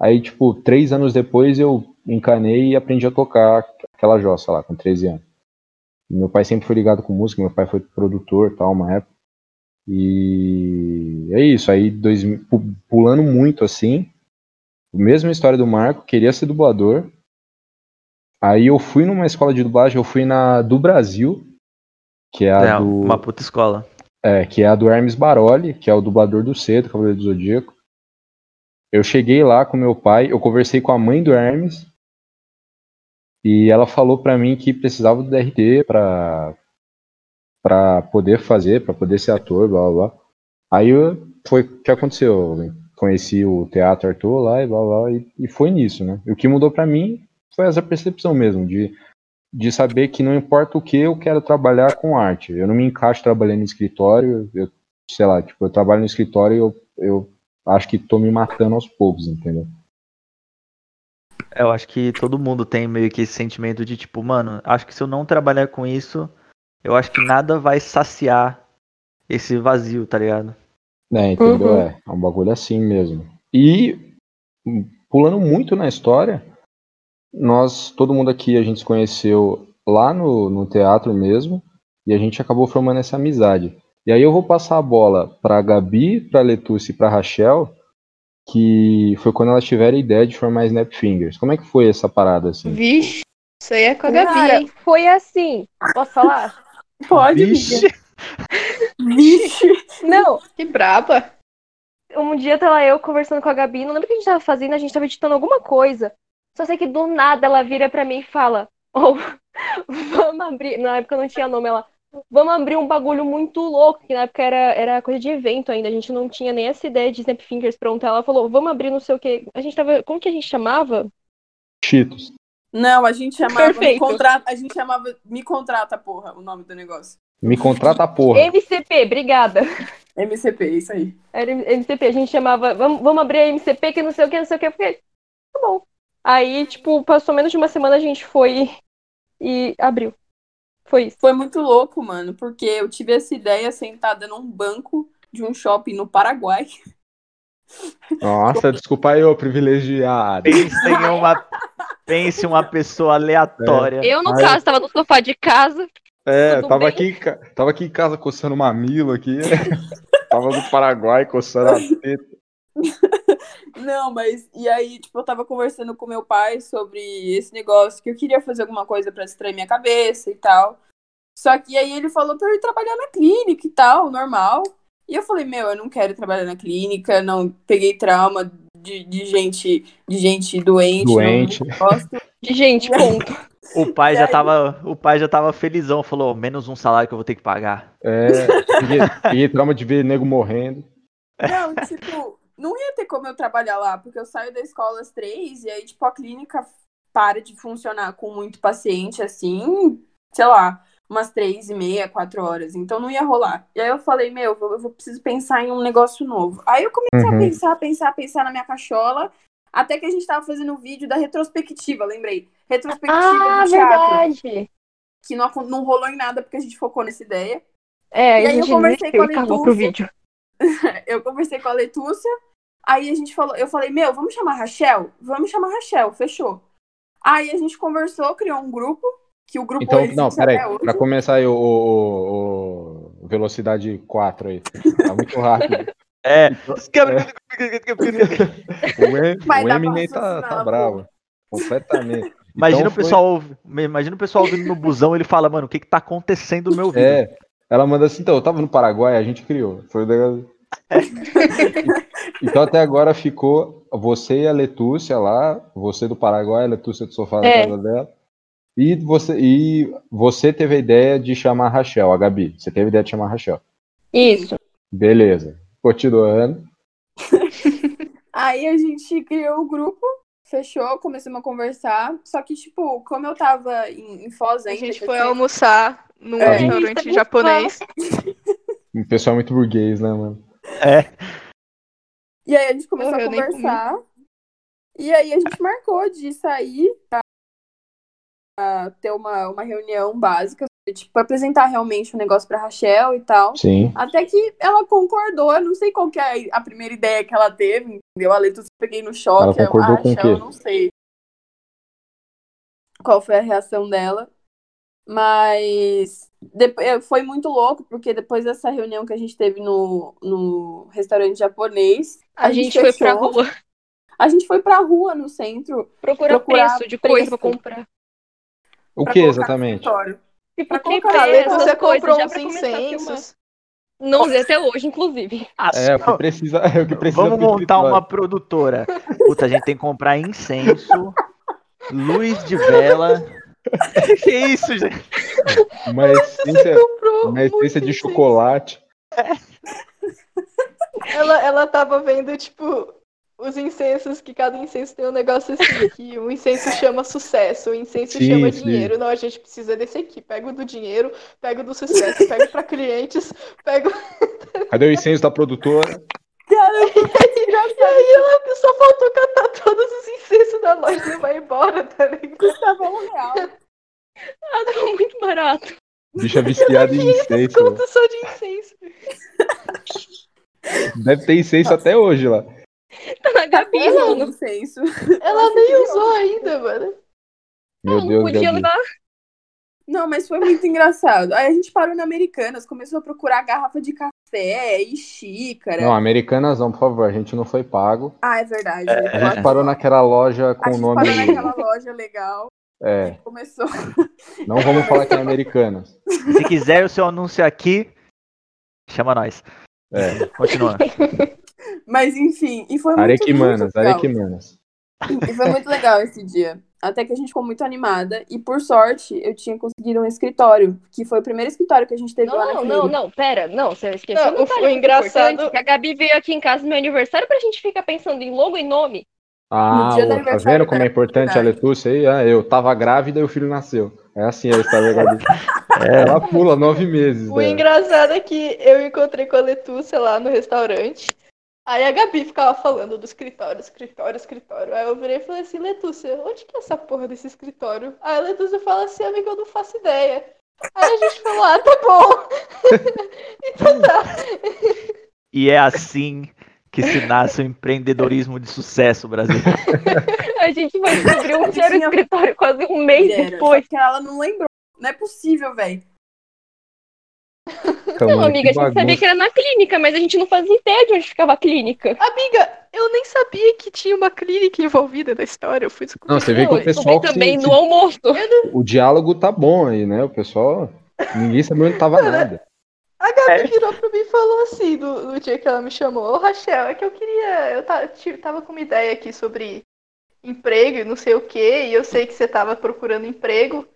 B: Aí, tipo, três anos depois eu encanei e aprendi a tocar aquela jossa lá, com 13 anos. Meu pai sempre foi ligado com música, meu pai foi produtor e tal, uma época. E é isso, aí dois, mil- pu- pulando muito assim, mesma história do Marco, queria ser dublador. Aí eu fui numa escola de dublagem, eu fui na do Brasil, que é a
C: é,
B: do...
C: uma puta escola.
B: É, que é a do Hermes Baroli, que é o dublador do C, do Cavaleiro do Zodíaco. Eu cheguei lá com meu pai, eu conversei com a mãe do Hermes e ela falou pra mim que precisava do DRT pra, pra poder fazer, pra poder ser ator, blá blá blá. Aí eu- foi o que aconteceu. eu Conheci o Teatro Arthur lá e blá blá, e, e foi nisso, né? E o que mudou pra mim foi essa percepção mesmo, de de saber que não importa o que eu quero trabalhar com arte. Eu não me encaixo trabalhando em escritório, eu, sei lá, tipo, eu trabalho no escritório e eu, eu acho que tô me matando aos poucos, entendeu?
C: Eu acho que todo mundo tem meio que esse sentimento de tipo, mano, acho que se eu não trabalhar com isso, eu acho que nada vai saciar esse vazio, tá ligado?
B: É, entendeu?
D: Uhum.
B: É, é um bagulho assim mesmo. E hum, pulando muito na história, nós, todo mundo aqui, a gente se conheceu lá no, no teatro mesmo, e a gente acabou formando essa amizade. E aí eu vou passar a bola pra Gabi, pra Letuce e pra Rachel, que foi quando elas tiveram a ideia de formar Snap Fingers. Como é que foi essa parada, assim?
E: Vixe, isso aí é com a Gabi,
D: Cara,
E: hein?
D: foi assim. Posso falar?
A: Pode,
B: Vixe.
A: amiga. Vixe.
D: Não,
E: Que braba.
D: um dia tava eu conversando com a Gabi, não lembro o que a gente tava fazendo, a gente tava editando alguma coisa. Só sei que do nada ela vira pra mim e fala: <laughs> Ô, vamos abrir. Na época não tinha nome, ela. Vamos abrir um bagulho muito louco, que na época era, era coisa de evento ainda, a gente não tinha nem essa ideia de Snap Fingers pronta. Ela falou: vamos abrir não sei o quê. A gente tava. Como que a gente chamava?
B: Cheetos.
A: Não, a gente chamava. Me
D: Perfeito.
A: contrata, a gente chamava. Me contrata, porra, o nome do negócio.
B: Me contrata a porra.
D: MCP, obrigada.
A: MCP, isso aí.
D: Era MCP, a gente chamava, vamos, vamos abrir a MCP, que não sei o que, não sei o que, porque tá bom. Aí, tipo, passou menos de uma semana, a gente foi e abriu. Foi isso.
A: Foi muito louco, mano, tá um porque eu tive essa ideia sentada num banco de um shopping no Paraguai.
B: Nossa, desculpa eu, privilegiado.
C: Pense em uma, pense em uma pessoa aleatória.
D: É. Eu, no
B: Mas-
D: caso, tava no sofá de casa.
B: É,
D: Tudo
B: eu tava
D: bem?
B: aqui, em ca- tava aqui em casa coçando o mamilo aqui. <laughs> tava no Paraguai coçando a teta.
A: Não, mas e aí, tipo, eu tava conversando com meu pai sobre esse negócio, que eu queria fazer alguma coisa pra distrair minha cabeça e tal. Só que aí ele falou pra eu ir trabalhar na clínica e tal, normal. E eu falei, meu, eu não quero trabalhar na clínica, não peguei trauma de, de gente de gente doente, não
B: Doente.
A: gosto.
D: De gente, ponto.
C: O pai já tava, o pai já tava felizão, falou, menos um salário que eu vou ter que pagar.
B: É, e, e trauma de ver nego morrendo.
A: Não, tipo, não ia ter como eu trabalhar lá, porque eu saio da escola às três e aí, tipo, a clínica para de funcionar com muito paciente, assim, sei lá, umas três e meia, quatro horas. Então não ia rolar. E aí eu falei, meu, eu vou- eu vou preciso pensar em um negócio novo. Aí eu comecei a
B: Uhum.
A: pensar, pensar, pensar na minha cachola, até que a gente tava fazendo um vídeo da retrospectiva, lembrei. Retrospectiva
D: <laughs> Ah,
A: do teatro,
D: verdade.
A: que não, acon- não rolou em nada porque a gente focou nessa ideia.
D: É,
A: E
D: a
A: aí eu
D: gente
A: conversei com
D: desistiu
A: a
D: e
A: Letícia.
D: cagou pro vídeo.
A: eu conversei com a Letúcia, aí a gente falou, eu falei, meu, vamos chamar a Rachel? Vamos chamar a Rachel, fechou. Aí a gente conversou, criou um grupo, que o grupo
B: Então,
A: existe
B: não, peraí.
A: até hoje.
B: Pra começar aí o, o- o- o velocidade 4 aí. Tá
A: <laughs>
B: muito rápido. <laughs>
C: É.
B: O, em,
A: Vai
B: o
A: dar pra
B: Eminem tá,
A: raciocinar,
B: tá
A: pô.
B: bravo. Completamente.
C: Imagina
B: Então
C: o
B: foi-
C: pessoal, ouvi- imagina o pessoal ouvindo no busão, ele fala, mano, o que que tá acontecendo no meu ouvido?
B: É. Ela manda assim, então, eu tava no Paraguai, a gente criou. Foi o negócio. Então até agora ficou você e a Letúcia lá, você do Paraguai, a Letúcia do sofá da
D: É.
B: casa dela. E você, e você teve a ideia de chamar a Rachel, a Gabi. Você teve a ideia de chamar a Rachel.
D: Isso.
B: Beleza. Continuando.
A: Aí a gente criou o grupo, fechou, começamos a conversar, só que, tipo, como eu tava em, em Foz
E: A
A: ainda...
E: gente
A: que eu
E: foi
A: tinha-
E: almoçar num
B: É.
E: restaurante japonês.
B: Um pessoal muito burguês, né, mano?
A: E aí a gente começou
E: Porra,
A: a
E: eu nem comi.
A: conversar. E aí a gente marcou de sair pra ter uma, uma reunião básica, tipo, pra apresentar realmente o negócio pra Rachel e tal.
B: Sim.
A: Até que ela concordou, eu não sei qual que é a primeira ideia que ela teve, entendeu? A letra eu peguei no
B: Ela
A: choque, eu,
B: concordou
A: ah,
B: com o
A: Chel,
B: quê?
A: não sei qual foi a reação dela. Mas depo- eh, foi muito louco, porque depois dessa reunião que a gente teve no, no restaurante japonês,
D: A, gente, foi
A: fechou,
D: pra rua
A: A gente foi pra rua no centro.
D: procurar,
A: Procurar
D: preço de coisa pra
A: preço.
D: comprar.
B: O
A: pra colocar
B: que
A: no
B: exatamente?
A: escritório.
D: Tipo,
A: Pra
D: que
A: colocar,
D: preço,
A: né?
E: Letra,
A: essas
E: você
D: essas coisas,
E: comprou
D: já
E: uns
D: pra começar a filmar.
E: incensos.
D: um Não usei até hoje, inclusive.
C: Ah,
B: É, o que <laughs> precisa. É o que precisa
C: Vamos
B: pro
C: montar
B: escritório.
C: uma produtora. <laughs> Puta, a gente tem que comprar incenso, luz de vela. <laughs> que isso, gente?
B: Uma essência,
E: Comprou
B: uma essência
E: muito
B: de
E: incenso.
B: chocolate.
E: Ela, ela tava vendo, tipo, os incensos, que cada incenso tem um negócio assim, que o incenso chama sucesso, o incenso
B: Sim,
E: chama
B: sim.
E: dinheiro. Não, a gente precisa desse aqui. Pega o do dinheiro, pega o do sucesso, pega pra clientes, pega.
B: Cadê o incenso da produtora?
E: <laughs> E aí ela só faltou catar todos os incensos da loja e vai embora, tá ligado?
A: Custava um real.
D: Ah, tava <laughs> muito barato.
B: Bicha viciada é em incenso. mano.
E: Conta só de incenso.
B: Deve ter incenso até hoje lá.
D: Tá na Gabi,
A: Até eu
D: mano.
A: não sei isso.
E: Ela nem usou ainda, mano.
B: Meu
D: não
B: Deus,
D: podia
B: Gabi.
D: levar.
A: Não, mas foi muito engraçado. Aí a gente parou na Americanas, começou a procurar garrafa de café e xícara.
B: Não, Americanas não, por favor, a gente não foi pago.
A: Ah, é verdade.
B: A gente
A: É.
B: parou naquela loja
A: A
B: com o
A: gente
B: nome.
A: parou naquela loja legal
B: É,
A: e começou.
B: não vamos falar que é Americanas.
C: Se quiser o seu anúncio aqui, chama nós.
A: <laughs>
B: É,
C: Continua.
A: Mas enfim, e foi muito,
B: Arequimanas,
A: muito legal.
B: Arequimanas.
A: E foi muito legal esse dia. Até que a gente ficou muito animada. E por sorte, eu tinha conseguido um escritório, que foi o primeiro escritório que a gente teve lá na
D: Não, não,
A: clínica.
D: não, pera. Não, você esqueceu.
E: Não,
D: um
E: o-
D: detalhe
E: o
D: muito
E: engraçado-
D: importante, que A Gabi veio aqui em casa no meu aniversário pra gente ficar pensando em logo e nome.
B: Ah,
A: dia do
B: ó, tá
A: aniversário
B: vendo como é
A: dela,
B: importante a
A: verdade.
B: Letúcia aí? Ah, eu tava grávida e o filho nasceu. É assim a história da Gabi. Ela pula nove meses. né?
E: O
B: dela.
E: engraçado é que eu encontrei com a Letúcia lá no restaurante. Aí a Gabi ficava falando do escritório, escritório, escritório. Aí eu virei e falei assim, Letúcia, onde que é essa porra desse escritório? Aí a Letúcia fala assim, amiga, eu não faço ideia. Aí a gente falou, ah, tá bom.
C: E é assim que se nasce um empreendedorismo de sucesso brasileiro.
D: A gente vai descobrir onde era o
A: Tinha-
D: escritório quase um mês
A: Era,
D: depois.
A: só que ela não lembrou. Não é possível, velho.
B: Então,
D: Não,
B: mano,
D: amiga, a gente sabia que era na clínica, mas a gente não fazia ideia de onde ficava a clínica.
E: Amiga, eu nem sabia que tinha uma clínica envolvida na história. Eu fui descobrir.
B: Não, você vê que
D: Não,
B: o
D: eu descobri
B: pessoal. que se-
D: também
B: se-
D: no almoço.
B: O diálogo tá bom aí, né? O pessoal. Ninguém sabia
A: <laughs>
B: onde
A: Né?
B: tava nada.
E: A Gabi
C: É.
E: virou pra mim e falou assim no, no dia que ela me chamou, ô Rachel, é que eu queria. Eu ta- ti- tava com uma ideia aqui sobre emprego e não sei o quê, e eu sei que você tava procurando emprego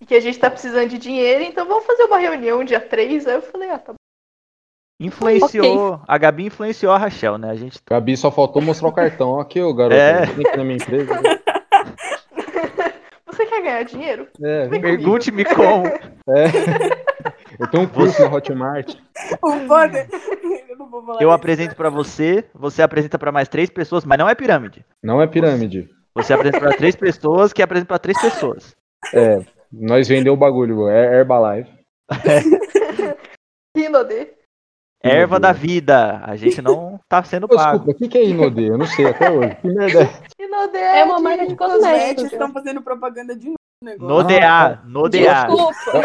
E: e que a gente tá precisando de dinheiro, então vamos fazer uma reunião dia 3. Aí eu falei, ah, tá bom.
C: Influenciou, a Gabi influenciou a Rachel, né? A gente
B: Gabi só faltou mostrar o cartão. Ó, Aqui, ô garoto,
C: É.
B: vem aqui na minha empresa.
E: Você quer ganhar dinheiro?
B: É, vem comigo.
C: <laughs> pergunte-me como.
B: Eu tenho um curso na Hotmart.
A: O Bonner. Eu não vou falar <laughs>
C: Eu
A: isso.
C: apresento pra você, você apresenta pra mais três pessoas, mas não é pirâmide.
B: Não é pirâmide.
C: Você apresenta pra três pessoas, que apresenta pra três pessoas.
B: É, nós vendeu o bagulho, é Herbalife.
E: Rinodê.
C: Erva da vida, a gente não tá sendo
B: Ô,
C: pago.
B: desculpa, o que, que é Inodê? Eu não sei até hoje. Que merda é?
E: Rinodê
D: É uma marca
E: tipo,
D: de
A: Os médicos
D: cosméticos.
A: estão fazendo propaganda de novo no negócio.
C: Nodear, nodear.
D: Desculpa.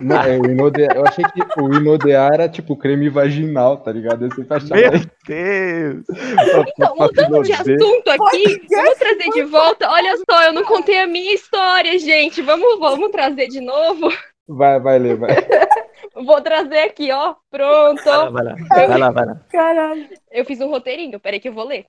B: Não, é o Inodê. Eu achei que o Inodê era tipo creme vaginal, tá ligado? Eu sempre achava
C: Meu Deus!
B: Tá
D: Então, mudando de assunto aqui, vamos trazer de volta. Olha só, eu não contei a minha história, gente. Vamos, vamos trazer de novo.
B: Vai, vai, ler, vai.
D: Vou trazer aqui, ó. Pronto.
C: Vai lá, vai lá, vai lá, vai lá.
A: Caralho.
D: Eu fiz um roteirinho, peraí que eu vou ler.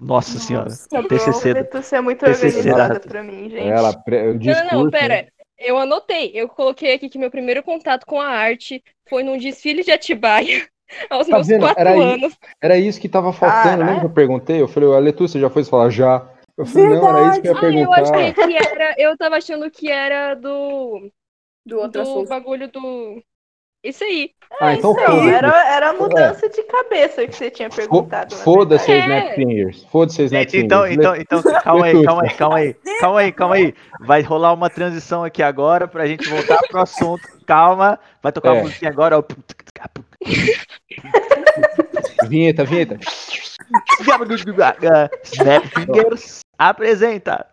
C: Nossa senhora,
A: bro.
C: TCC. da-
E: né? Você é muito
C: TCC
E: organizada
C: da-
E: pra mim, gente.
B: É, Ela, pre- o discurso, né?
D: não, não, pera. Eu anotei. Eu coloquei aqui que meu primeiro contato com a arte foi num desfile de Atibaia, <laughs> aos
B: Tá
D: meus
B: vendo?
D: quatro
B: Era isso.
D: anos.
B: Era isso que tava faltando,
E: Caralho.
B: lembra que eu perguntei? Eu falei, a Letu, você já foi? Você falou, já. Eu falei, não, era isso que eu ia
D: Ah, eu
B: perguntar.
D: achei que era. Eu tava achando que era do.
A: Do outro
D: do
A: assunto.
D: bagulho do. Isso aí.
B: ah, então
E: Não,
B: foda-se.
E: era, era a mudança de cabeça que você tinha perguntado. né?
B: Fo-
E: na
B: Foda-se
D: É.
B: os Snapfingers. Foda-se os
C: Gente,
B: Snapfingers.
C: então, então, <laughs> então, calma aí, calma aí, calma aí, calma aí, calma aí. Vai rolar uma transição aqui agora pra gente voltar pro assunto. Calma, vai tocar
B: É.
C: uma musiquinha agora. ó.
B: Vinheta, vinheta. <laughs>
C: Snapfingers apresenta.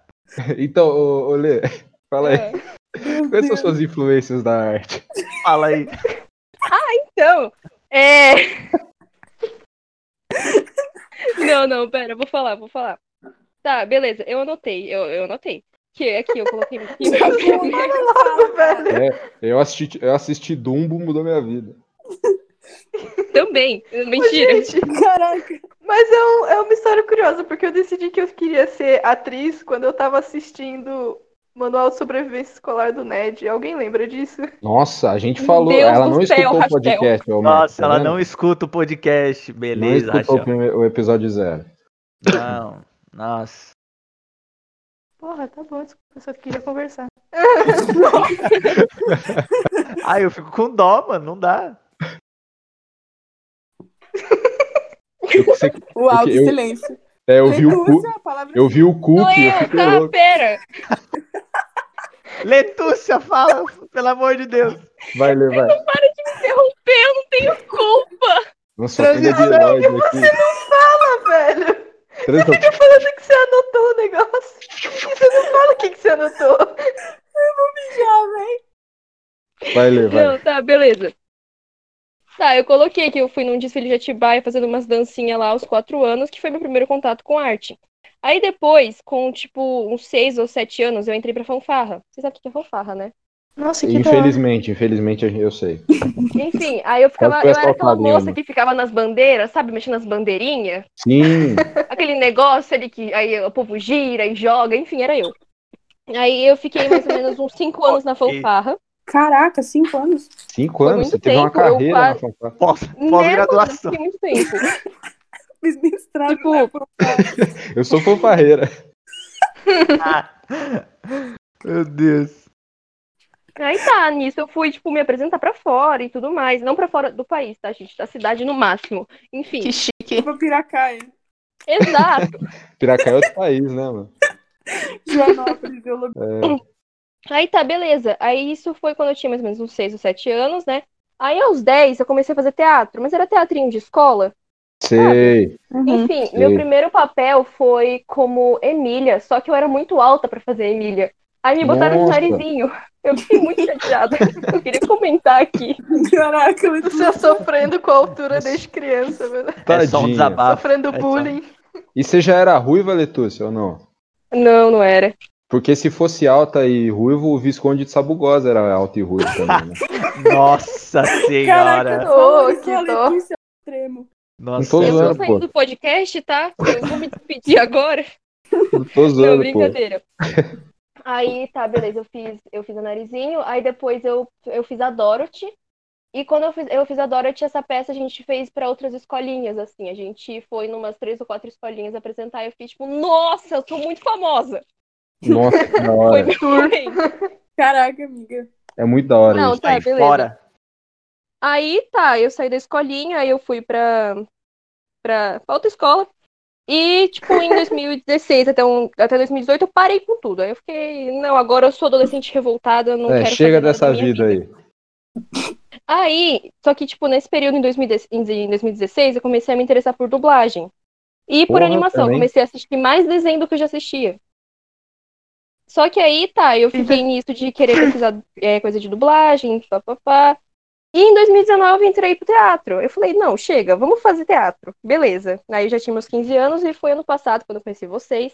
B: Então, ô, ô Lê, fala aí.
D: É.
B: Quais são suas influências da arte?
C: Fala aí.
D: Então, é. <laughs> não, não, pera, vou falar, vou falar. Tá, beleza, eu anotei, eu, eu anotei. Que aqui eu coloquei
B: <laughs>
D: aqui meu
B: né?
D: primeiro.
E: <laughs> cabeça, velho.
B: Eu assisti, eu assisti Dumbo, mudou minha vida.
D: Também. Mentira.
A: <laughs> Caraca.
E: Mas é, um- é uma história curiosa, porque eu decidi que eu queria ser atriz quando eu tava assistindo Manual de Sobrevivência Escolar do Ned. Alguém lembra disso?
B: Nossa, a gente
D: Meu
B: falou,
D: Deus
B: ela
D: do
B: não
D: céu,
B: escutou o
D: Raquel.
B: podcast. ô, Marcos,
C: Nossa,
B: tá
C: ela
B: vendo?
C: não escuta o podcast. Beleza,
B: não escutou o,
C: Rachel.
B: primeiro, o episódio zero.
C: Não, nossa.
E: Porra, tá bom, desculpa, eu só queria conversar.
C: Ai, eu fico com dó, mano, não dá.
B: Eu,
D: <laughs>
B: que sei-
A: O alto
B: Eu-
A: silêncio.
B: é, eu vi o cu,
A: Reduz a palavra
B: eu vi o cu
D: Sou
B: que eu
D: eu,
B: fiquei
D: tá?
B: louco.
D: Pera.
C: Letúcia, fala, pelo amor de Deus.
B: Vai, Lê, vai.
D: Interromper, eu não tenho culpa.
B: Nossa, filha de
C: Transição
B: Lloyd aqui.
E: Ah, <laughs> velho!
B: Transição.
E: Falando que você anotou o negócio. E você não fala o que, que você anotou.
B: Vai, Lê, vai.
D: Não, tá, beleza. Tá, eu coloquei que eu fui num desfile de Atibaia fazendo umas dancinhas lá aos quatro anos, que foi meu primeiro contato com arte. Aí depois, com tipo uns seis ou sete anos, eu entrei pra fanfarra. Você sabe o que é fanfarra, né?
E: Nossa, que Infeliz...
B: Infelizmente, infelizmente eu sei.
D: Enfim, aí eu ficava,
B: Quase
D: eu
B: foi
D: era aquela
B: assaltado,
D: moça
B: Ana.
D: que ficava nas bandeiras, sabe, mexendo nas bandeirinhas,
B: Sim,
D: aquele negócio ali que aí o povo gira e joga, enfim, era eu. Aí eu fiquei mais ou menos uns cinco anos na fanfarra.
A: Caraca, cinco anos.
B: cinco
D: Foi
B: anos,
D: muito
B: você teve uma
D: tempo, eu
B: carreira na
D: quase-
B: fanfarra.
C: Pós-
D: Né, mano?
C: Pós-graduação.
D: Fiquei muito tempo.
A: Fiz mestrado.
D: Tipo,
A: né, por-
B: Eu sou fanfarreira.
C: Meu Deus.
D: Aí tá, nisso eu fui, tipo, me apresentar pra fora e tudo mais. Não pra fora do país, tá, gente? Da cidade no máximo. Enfim,
E: <laughs> Que chique.
A: <laughs> Pra Piracaia.
D: exato.
B: Piracaia é outro país, né, mano?
A: Joanópolis, eu
B: <laughs>
A: lembro.
D: Aí tá, beleza. Aí isso foi quando eu tinha mais ou menos uns 6 ou 7 anos, né? Aí aos 10 eu comecei a fazer teatro, mas era teatrinho de escola.
B: Sei.
E: Hum.
A: Uhum.
D: Enfim,
B: Sim.
D: meu primeiro papel foi como Emília, só que eu era muito alta pra fazer Emília. Aí me botaram
B: Nossa.
D: de narizinho. Eu fiquei muito chateada. <laughs> Eu queria comentar aqui.
A: Caraca, muito
E: Você sofrendo com a altura desde criança, velho.
C: É só um
B: Tadinha.
C: desabafo.
E: Sofrendo
C: só-
E: bullying.
B: E você já era ruiva, Letúcia, ou não?
D: Não, não era.
B: Porque se fosse alta e ruivo, o Visconde de Sabugosa era alto e ruivo também,
D: <laughs>
B: né?
C: Nossa
A: Caraca,
C: senhora.
A: tô,
E: Ô, que
A: que
E: dó.
A: tô. extremo.
C: Nossa
B: Não tô
D: Eu
B: zoando.
D: tô
B: Zero, pô.
D: saindo do podcast, tá? Eu vou me
B: <laughs>
D: despedir agora.
B: Eu Tô
D: Não,
B: zoando, pô.
D: brincadeira. Aí, tá, beleza, eu fiz, eu fiz o narizinho, aí depois eu, eu fiz a Dorothy. E quando eu fiz, eu fiz a Dorothy, essa peça a gente fez pra outras escolinhas, assim. A gente foi numas três ou quatro escolinhas apresentar e eu fiquei tipo, nossa, eu sou muito famosa.
B: Nossa, que da
D: Foi
B: hora.
D: muito bem.
A: Caraca, amiga.
B: É muito da hora
D: Não,
B: isso.
D: tá,
C: Sai
D: beleza.
C: fora.
D: Aí tá, eu saí da escolinha, aí eu fui pra, pra, pra outra escola. E, tipo,
B: <laughs>
D: em 2016 até, um, até 2018 eu parei com tudo. Aí eu fiquei, não, agora eu sou adolescente revoltada, eu não
B: É,
D: quero
B: chega
D: fazer nada da
B: dessa
D: minha
B: vida aí.
D: Aí, só que, tipo, nesse período em 2010 em 2016, eu comecei a me interessar por dublagem. E por
B: Porra,
D: animação,
B: também.
D: comecei a assistir mais desenho do que eu já assistia. Só que aí, tá, eu fiquei nisso de querer pesquisar é, coisa de dublagem, papapá. E em 2019 eu entrei pro teatro. Eu falei, não, chega, vamos fazer teatro. Beleza. Aí eu já tinha meus 15 anos e foi ano passado quando eu conheci vocês.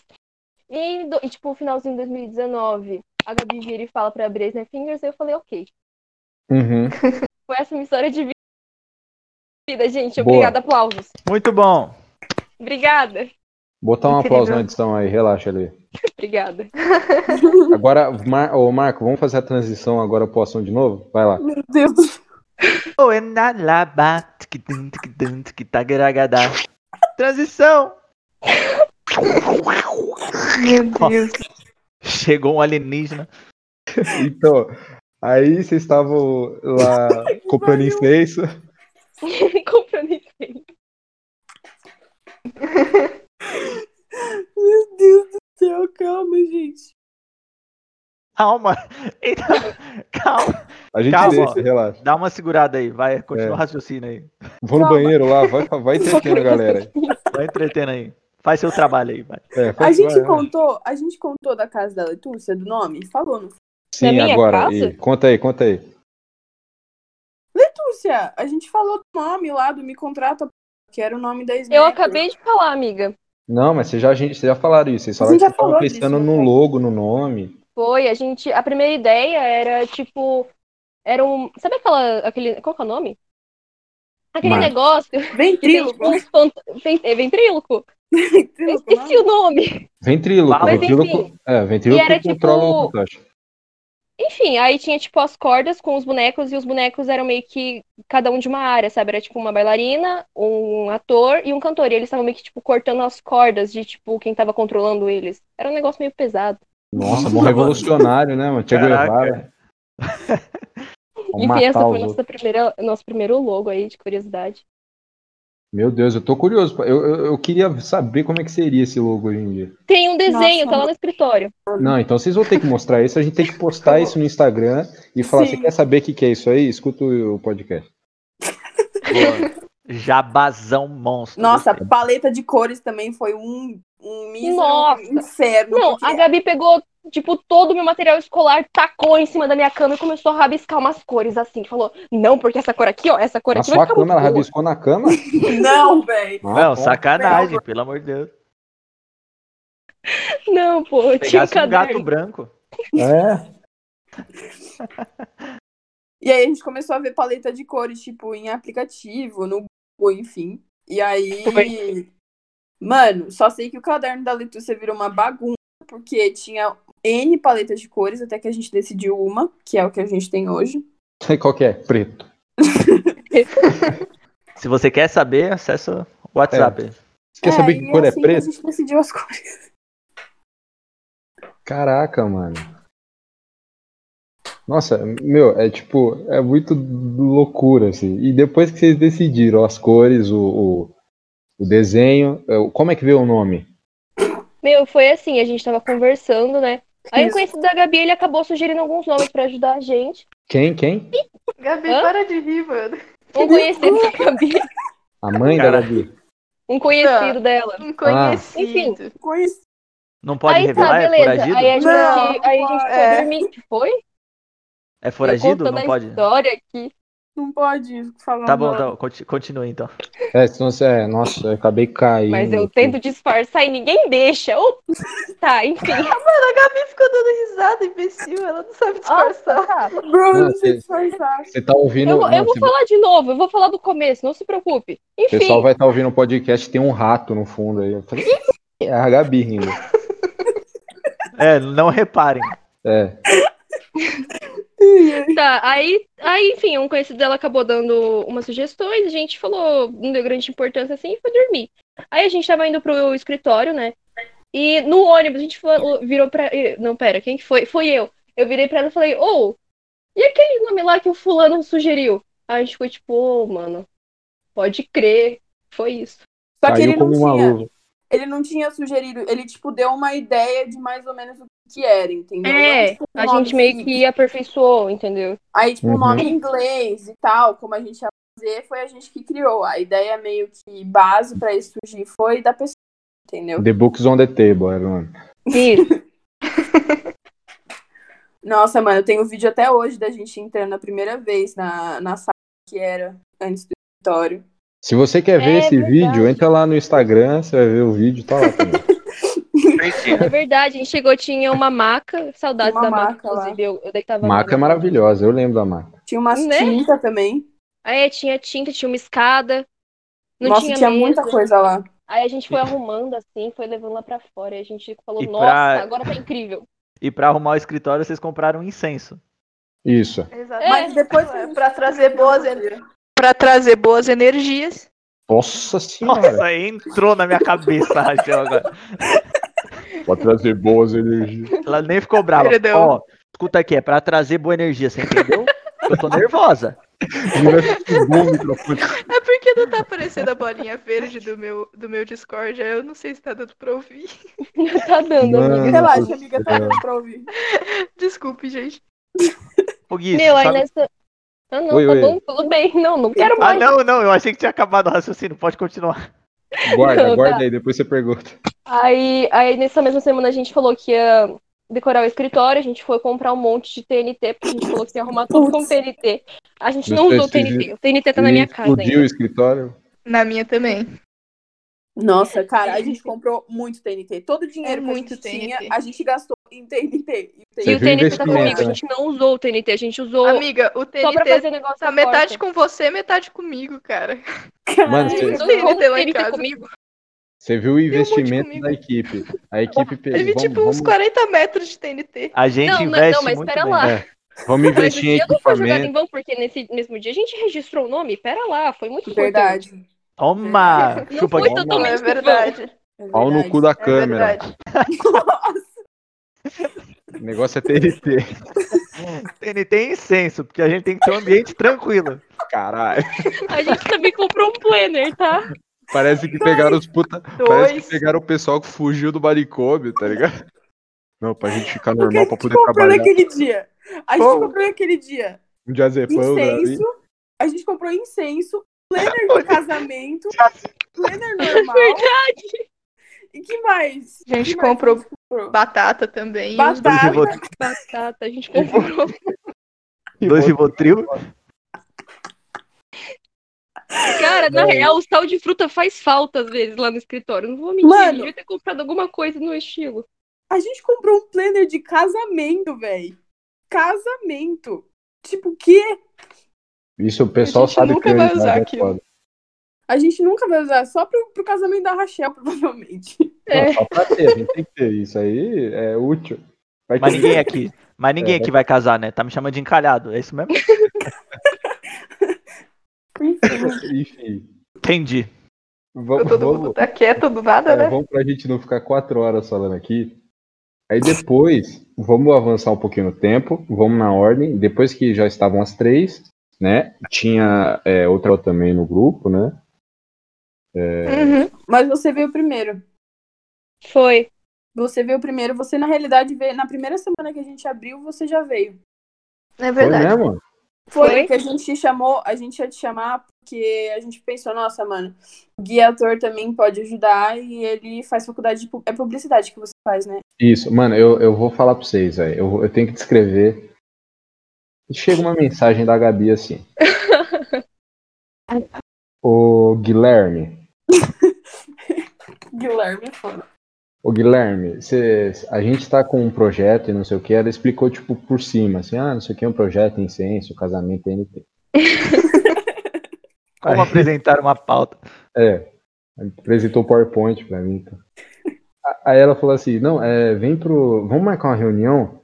D: E, em do- e, tipo, finalzinho de 2019, a Gabi vira e fala pra Bresna Fingers, eu falei, ok,
B: Uhum.
D: foi essa minha história de vida, gente.
B: Boa.
D: Obrigada, aplausos.
C: Muito bom.
D: Obrigada. <laughs>
B: Botar um
E: Incrível.
B: aplauso na edição aí, relaxa ali.
D: Obrigada. <laughs>
B: Agora, Mar... ô Marco, vamos fazer a transição agora pro ação de novo? Vai lá.
A: Meu Deus do céu.
C: Oh, é na laba, tiquidum, tiquidum, tiquitagragadá. Transição.
E: Meu
C: Nossa.
E: Deus.
C: Chegou um alienígena.
B: Então, aí vocês estavam lá comprando
A: pariu.
B: incenso.
D: Comprometei.
A: Meu Deus do céu, calma, gente.
C: Calma. Então, calma.
B: A gente
C: Calma.
B: deixa, relaxa.
C: Dá uma segurada aí, vai. Continua
B: É.
C: o raciocínio aí.
B: Vou no
A: Calma.
B: banheiro lá, vai, vai
D: <laughs>
B: entretendo a galera.
C: Vai entretendo aí. Faz seu trabalho aí, vai.
B: É,
A: A
B: vai-
A: gente
B: vai.
A: contou, a gente contou da casa da Letúcia, do nome? Falou, não foi?
B: Sim,
D: minha
B: agora.
D: casa?
B: e- Conta aí, conta aí.
A: Letúcia, a gente falou do nome lá do Me Contrata, que era o nome da Smack.
D: Eu acabei de falar, amiga.
B: Não, mas vocês já, gente, vocês já falaram isso. Vocês falaram
A: gente
B: que
A: já
B: vocês estavam
A: falou disso,
B: pensando
D: né,
A: não foi?
B: no logo, no nome.
D: Foi, a gente. A primeira ideia era tipo. Era um. Sabe aquela. Aquele, qual que é o nome? Aquele
B: Mas-
D: negócio
A: Vem,
D: que tem tipo
A: Trílogo.
D: <laughs> uns fant... Vem- é ventríloco? Eu
A: Ventríloco,
D: esqueci o nome.
B: Ventríloco.
C: Mas,
B: Ah, Ventríloco,
D: enfim.
B: é, ventríloco
D: E era,
B: controla
D: tipo,
B: o fantástico.
D: Enfim, aí tinha tipo as cordas com os bonecos e os bonecos eram meio que cada um de uma área, sabe? Era tipo uma bailarina, um ator e um cantor. E eles estavam meio que tipo cortando as cordas de tipo quem tava controlando eles. Era um negócio meio pesado.
B: Nossa, bom revolucionário, né, mano? Che
C: Caraca.
D: <laughs>
B: Guevara. Vamos
D: Enfim, essa
B: matar
D: foi
B: os
D: a
B: outros.
D: nossa primeira, nosso primeiro logo aí de curiosidade.
B: Meu Deus, eu tô curioso. pô. Eu, eu, eu queria saber como é que seria esse logo hoje em dia.
D: Tem um
A: Nossa,
D: desenho, tá lá
A: mano.
D: no escritório.
B: Não, então vocês vão ter que mostrar isso. A gente tem que postar isso no Instagram e falar:
A: Sim.
B: você quer saber o que, que é isso aí? Escuta o podcast.
C: Boa. Jabazão monstro.
A: Nossa, a paleta de cores também foi um, um mísero
D: Nossa.
A: inferno.
D: Não,
A: porque
D: a Gabi pegou tipo todo o meu material escolar, tacou em cima da minha cama e começou a rabiscar umas cores assim. Falou: "Não, porque essa cor aqui, ó, essa cor
B: Na
D: aqui vai
B: sua
D: ficar muito
B: cama, ela
D: é boa."
B: rabiscou na cama?
D: <laughs>
A: Não, velho.
B: Ah, bom.
C: Não, sacanagem, pelo amor de Deus.
D: Não, pô, eu tinha um
C: Pegasse um gato
D: caderno.
C: branco.
B: É. <laughs>
A: E aí a gente começou a ver paleta de cores, tipo, em aplicativo, no Google, enfim. E
D: é
A: aí. Mano, só sei que o caderno da Letúcia virou uma bagunça, porque tinha N paletas de cores, até que a gente decidiu uma, que é o que a gente tem hoje.
B: Qual que é? Preto.
C: Se você quer saber, acessa o WhatsApp.
B: Você quer
A: É,
B: saber que
A: e
B: cor
A: assim
B: é preto?
A: A gente decidiu as cores.
B: Caraca, mano. Nossa, meu, é tipo, é muito loucura, assim. E depois que vocês decidiram as cores, o, o, o desenho, é, o- como é que veio o nome?
D: Meu, foi assim, a gente tava conversando, né? <laughs> Aí o
A: Isso.
D: conhecido da Gabi, ele acabou sugerindo alguns nomes pra ajudar a gente.
B: Quem, quem?
E: Gabi,
D: Hã?
E: para de rir, mano.
D: Um conhecido da Gabi,
B: A mãe
C: Cara.
B: da Gabi.
D: Um conhecido
C: Ah.
D: dela.
E: Um conhecido.
D: Enfim.
A: Conheci.
C: Não pode
D: aí
C: revelar,
D: tá,
C: é
D: beleza.
C: foragido?
D: Aí a gente,
A: Não,
D: aí a gente foi
E: é.
D: dormir. Foi?
C: É foragido?
D: Eu contando
C: Não
D: a
C: pode?
D: história aqui.
A: Não pode falar
C: Tá bom,
A: nada.
C: tá bom. Conti- Continua então.
B: É, senão você é, nossa, eu acabei caindo.
D: Mas eu tento disfarçar e ninguém deixa. Ô, tá, enfim.
E: A Gabi ficou dando risada, imbecil. Ela não sabe disfarçar.
D: Nossa,
A: Bro, eu não sei
B: Você-
A: disfarçar.
B: Você tá ouvindo.
D: eu, vou- eu
B: não,
D: vou
B: se-
D: falar de novo, eu vou falar do começo, não se preocupe.
B: O pessoal
D: Enfim,
B: vai estar ouvindo o podcast, tem um rato no fundo aí. Eu falei, é a Gabi rindo.
C: É, não reparem.
B: É.
D: tá. Aí, aí, enfim, um conhecido dela acabou dando umas sugestões, a gente falou, não deu grande importância assim, e foi dormir. Aí a gente tava indo pro escritório, né? E no ônibus a gente falou, virou pra. eh, Não, pera, quem que foi? Foi eu. Eu virei pra ela e falei, ô, e aquele nome lá que o fulano sugeriu? Aí a gente ficou tipo, ô, mano, pode crer. Foi isso.
A: Só que
B: Caiu
A: ele não
B: como uma
A: tinha.
B: luva.
A: Ele não tinha sugerido. Ele, tipo, deu uma ideia de mais ou menos o que era, entendeu? Não,
D: É,
A: tipo,
D: a
A: nome
D: gente meio
A: fixo.
D: que aperfeiçoou, entendeu?
A: Aí, tipo, o
B: Uhum.
A: nome em inglês e tal, como a gente ia fazer, foi a gente que criou. A ideia meio que base pra isso surgir foi da pessoa, entendeu?
B: The Books on the Table, era o nome.
D: Isso.
A: Nossa, mano, eu tenho vídeo até hoje da gente entrando a primeira vez na, na sala que era antes do escritório.
B: Se você quer ver
D: É
B: esse
D: verdade.
B: vídeo, entra lá no Instagram, você vai ver o vídeo, tá lá também.
D: É verdade, a gente chegou, tinha uma maca, saudades
A: Uma
D: da maca,
A: maca lá.
D: inclusive. Eu, eu deitava lá
B: Maca é
D: na cama.
B: maravilhosa, eu lembro da Maca.
A: Tinha uma
D: Né?
A: tinta também.
D: Aí tinha tinta, tinha uma escada. Não
A: Nossa,
D: tinha,
A: tinha,
D: mesa.
A: muita coisa lá.
D: Aí a gente foi arrumando assim, foi levando lá pra fora. E a gente falou,
C: E pra-
D: nossa, agora tá incrível. <laughs>
C: E pra arrumar o escritório, vocês compraram um incenso.
B: Isso.
D: É.
E: Exatamente.
A: Mas depois que a gente-
E: pra trazer boas para trazer boas energias.
B: Nossa senhora,
C: Nossa, entrou na minha cabeça, Rachel, agora.
B: pode trazer boas energias.
C: Ela nem ficou brava.
E: Perdão.
C: Ó, escuta aqui, é pra trazer boa energia, você entendeu? Eu tô nervosa.
B: Ele vai ficar bom o microfone.
E: É porque não tá aparecendo a bolinha verde do meu, do meu Discord. aí Eu não sei se tá dando pra ouvir. <laughs>
D: tá dando, amiga.
B: Mano.
A: Relaxa,
B: do
A: amiga, tá
B: céu.
A: dando pra ouvir.
E: Desculpe, gente.
C: Ô, Gui,
D: Meu, aí é
C: sabe-
D: nessa. Ah, não,
B: Oi,
D: tá
B: oi.
D: bom, tudo bem. Não, não quero
C: Ah,
D: mais.
C: não, não, eu achei que tinha acabado o raciocínio, pode continuar.
B: Guarda,
D: Não,
B: guarda
D: tá.
B: aí, depois você pergunta.
D: Aí, aí nessa mesma semana a gente falou que ia decorar o escritório, a gente foi comprar um monte de TNT, porque a gente falou que ia arrumar tudo com
A: Putz.
D: TNT. A gente
B: Meu
D: não usou o
B: Deus,
D: TNT, o TNT tá na
B: Ele
D: minha casa
B: Explodiu
D: ainda.
B: o escritório.
E: Na minha também.
A: <laughs> Nossa, cara, a gente comprou muito TNT. Todo o dinheiro
E: É
A: que a
E: muito
A: gente tinha,
E: TNT.
A: a gente gastou em TNT. E
B: Você
D: E o
B: viu o
D: TNT tá
B: investimento,
D: comigo, a
B: né?
D: gente não usou o TNT, a gente usou
E: Amiga, o
D: só pra
E: TNT
D: fazer negócio
E: tá
D: à porta.
E: metade com você, metade comigo, cara.
B: Mano, você-
D: Então,
E: TNT
D: como
E: lá em
D: TNT
E: casa.
D: comigo?
B: Você viu o investimento
E: comigo.
B: da equipe. A equipe pe-
E: Teve
B: vamos-
E: tipo uns
B: vamos-
E: 40 metros de TNT.
C: A gente
D: Não, não,
C: investe
D: não, mas
C: muito
D: pera
C: bem.
D: lá.
B: É, vamos
D: Mas o
B: investir em
D: dia não foi jogado
B: equipamento.
D: em vão, porque nesse mesmo dia a gente registrou o nome, pera lá, foi muito importante.
A: Verdade.
C: Toma!
D: Não
C: Chupa,
D: foi
C: Gui.
D: totalmente-
E: é
D: mesmo
E: verdade.
A: É
B: Pau no
A: verdade.
B: cu da
E: É
B: câmera.
E: verdade.
B: O negócio é TNT.
C: TNT é incenso, porque a gente tem que ter um
B: <laughs>
C: ambiente tranquilo.
B: Caralho.
D: A gente também comprou um planner, tá?
B: Parece que pegaram os puta. Parece
E: Dois.
B: que pegaram o pessoal que fugiu do baricômio, tá ligado? Não, pra gente
E: <laughs>
B: ficar
A: O que a
B: normal, pra
A: gente
B: poder
E: tipo,
A: comprou
B: trabalhar.
A: naquele dia? A gente
B: Como?
A: comprou naquele dia
B: Um diazepam, né?
A: incenso, a gente comprou incenso,
B: <laughs>
A: planner do casamento, planner normal. E que mais?
E: A gente
A: Que mais
E: comprou
A: a gente comprou?
E: batata também. um e uns-
A: Batata.
B: Tá,
C: Dois Rivotril.
D: Batata, a gente comprou.
C: Dois Rivotril.
D: Cara, na
B: Não.
D: real, o sal de fruta faz falta às vezes lá no escritório. Não vou mentir,
A: Mano.
D: eu devia ter comprado alguma coisa no estilo.
A: A gente comprou um planner de casamento, velho. Casamento. Tipo, o quê?
B: Isso o pessoal
E: A gente
B: sabe
E: nunca vai
B: priorizar,
E: usar
B: né,
E: aquilo.
B: foda.
A: A gente nunca vai usar, só pro, pro casamento da Rachel, <laughs> provavelmente.
E: É.
B: Não, só pra ter, a gente tem que ter. Isso aí é útil. Vai
C: Mas
B: ter-
C: ninguém aqui. Mas ninguém
B: É.
C: aqui vai casar, né? Tá me chamando de encalhado, é isso mesmo?
A: Enfim.
B: <laughs> Enfim.
C: Entendi.
B: Vamos,
E: Todo
B: vamos,
E: mundo tá quieto do nada,
B: é,
E: né?
B: vamos pra gente não ficar quatro horas falando aqui. Aí depois, vamos avançar um pouquinho no tempo, vamos na ordem. Depois que já estavam as três, né? Tinha é, outra também no grupo, né? É.
E: Uhum.
A: Mas você veio primeiro.
D: Foi.
A: Você veio primeiro. Você, na realidade, veio. Na primeira semana que a gente abriu, você já veio.
E: É
B: Foi,
E: verdade.
B: né, mano?
A: Foi,
D: Foi?
A: que a gente te chamou, a gente ia te chamar porque a gente pensou, nossa, mano, o guia ator também pode ajudar e ele faz faculdade de pu- é publicidade que você faz, né?
B: Isso, mano, eu, eu vou falar pra vocês, velho. Eu, eu tenho que descrever. Chega uma mensagem da Gabi assim. Ô Guilherme,
A: Guilherme é foda.
B: ô Guilherme, cê, a gente tá com um projeto e não sei o que, ela explicou, tipo, por cima, assim, ah, não sei o que, um projeto em ciência, o casamento NT.
C: Como
B: Aí-
C: apresentar uma pauta?
B: É, apresentou o PowerPoint pra mim. Então. A- Aí ela falou assim, não, é, vem pro. Vamos marcar uma reunião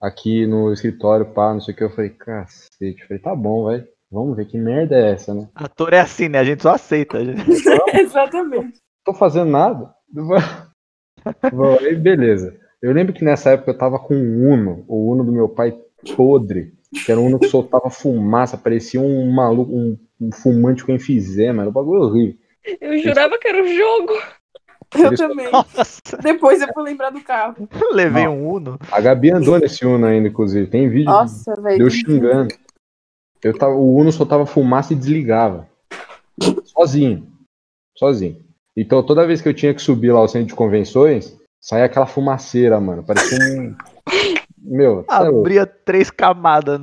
B: aqui no escritório, pá, não sei o que. Eu falei, cacete, eu falei, tá bom, vai. Vamos ver que merda é essa, né?
C: Ator é assim, né? A gente só aceita. gente.
A: <laughs> Exatamente.
B: Tô fazendo nada. <laughs> Bom, aí beleza. Eu lembro que nessa época eu tava com um Uno, o Uno do meu pai podre, que era um Uno que soltava fumaça, parecia um maluco, um, um fumante com enfisema, era um bagulho horrível.
D: Eu jurava que era um jogo.
A: Eu
B: Eles-
A: também.
C: <laughs> Nossa,
A: Depois eu vou lembrar do carro.
C: eu levei um Uno.
B: A Gabi andou nesse Uno ainda, inclusive, tem vídeo disso.
A: Nossa, velho.
B: Deu xingando. Eu tava, o Uno soltava fumaça e desligava. Sozinho. Sozinho. Então toda vez que eu tinha que subir lá ao centro de convenções, saía aquela fumaceira, mano. Parecia um. Meu, tá
C: Ah,
B: louco.
C: Abria três camadas.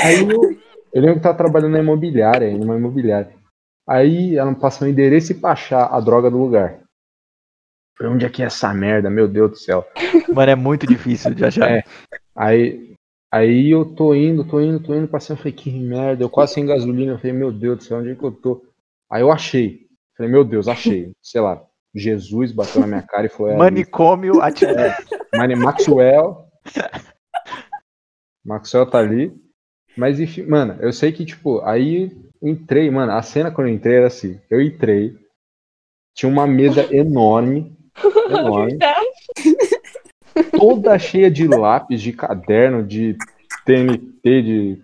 B: Aí eu, eu lembro que tava trabalhando na imobiliária, em uma imobiliária. Aí ela me passou o endereço e pra achar a droga do lugar. Falei, onde é que é essa merda? Meu Deus do céu.
C: Mano, é muito difícil de achar.
B: É. Aí, aí eu tô indo, tô indo, tô indo, passando, falei, que merda, eu quase sem gasolina, eu falei, meu Deus do céu, onde é que eu tô? Aí eu achei, falei, meu Deus, achei, sei lá, Jesus bateu na minha cara e falou, é, ali.
C: Manicômio ativado.
B: Mani Maxwell, Maxwell tá ali, mas enfim, mano, eu sei que, tipo, aí entrei, mano, a cena quando eu entrei era assim, eu entrei, tinha uma mesa enorme, enorme, toda cheia de lápis, de caderno, de TNT, de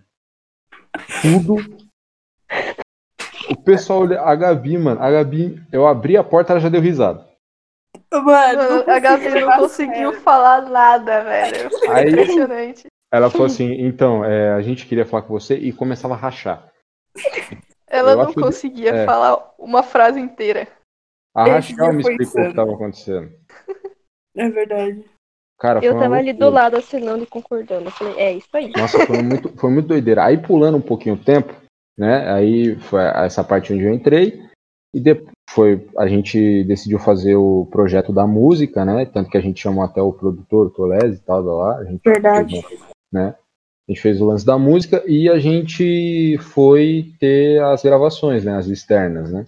B: tudo. O pessoal olha, a Gabi, mano, a Gabi, eu abri a porta, ela já deu risada.
A: Mano,
E: Mano, a Gabi não conseguiu falar nada, velho. Foi
B: Aí-
E: impressionante.
B: Ela falou assim, então, é, a gente queria falar com você e começava a rachar.
E: Ela
B: Eu
E: não
B: acho que-
E: conseguia
B: é.
E: falar uma frase inteira.
B: A
A: Esse
B: Rachel
A: dia
B: me
A: foi
B: explicou o
A: insano.
B: que estava acontecendo.
A: É verdade.
B: Cara, foi
D: Eu
B: uma
D: tava ali do
B: loucura.
D: lado assinando e concordando. Eu falei, é isso aí.
B: Nossa, foi muito, foi muito doideira. Aí pulando um pouquinho o tempo, né? Aí foi essa parte onde eu entrei. E depois foi, a gente decidiu fazer o projeto da música, né? Tanto que a gente chamou até o produtor, o Tolese e tal, lá. A gente
A: Verdade.
B: né? A gente fez o lance da música e a gente foi ter as gravações, né? As externas, né?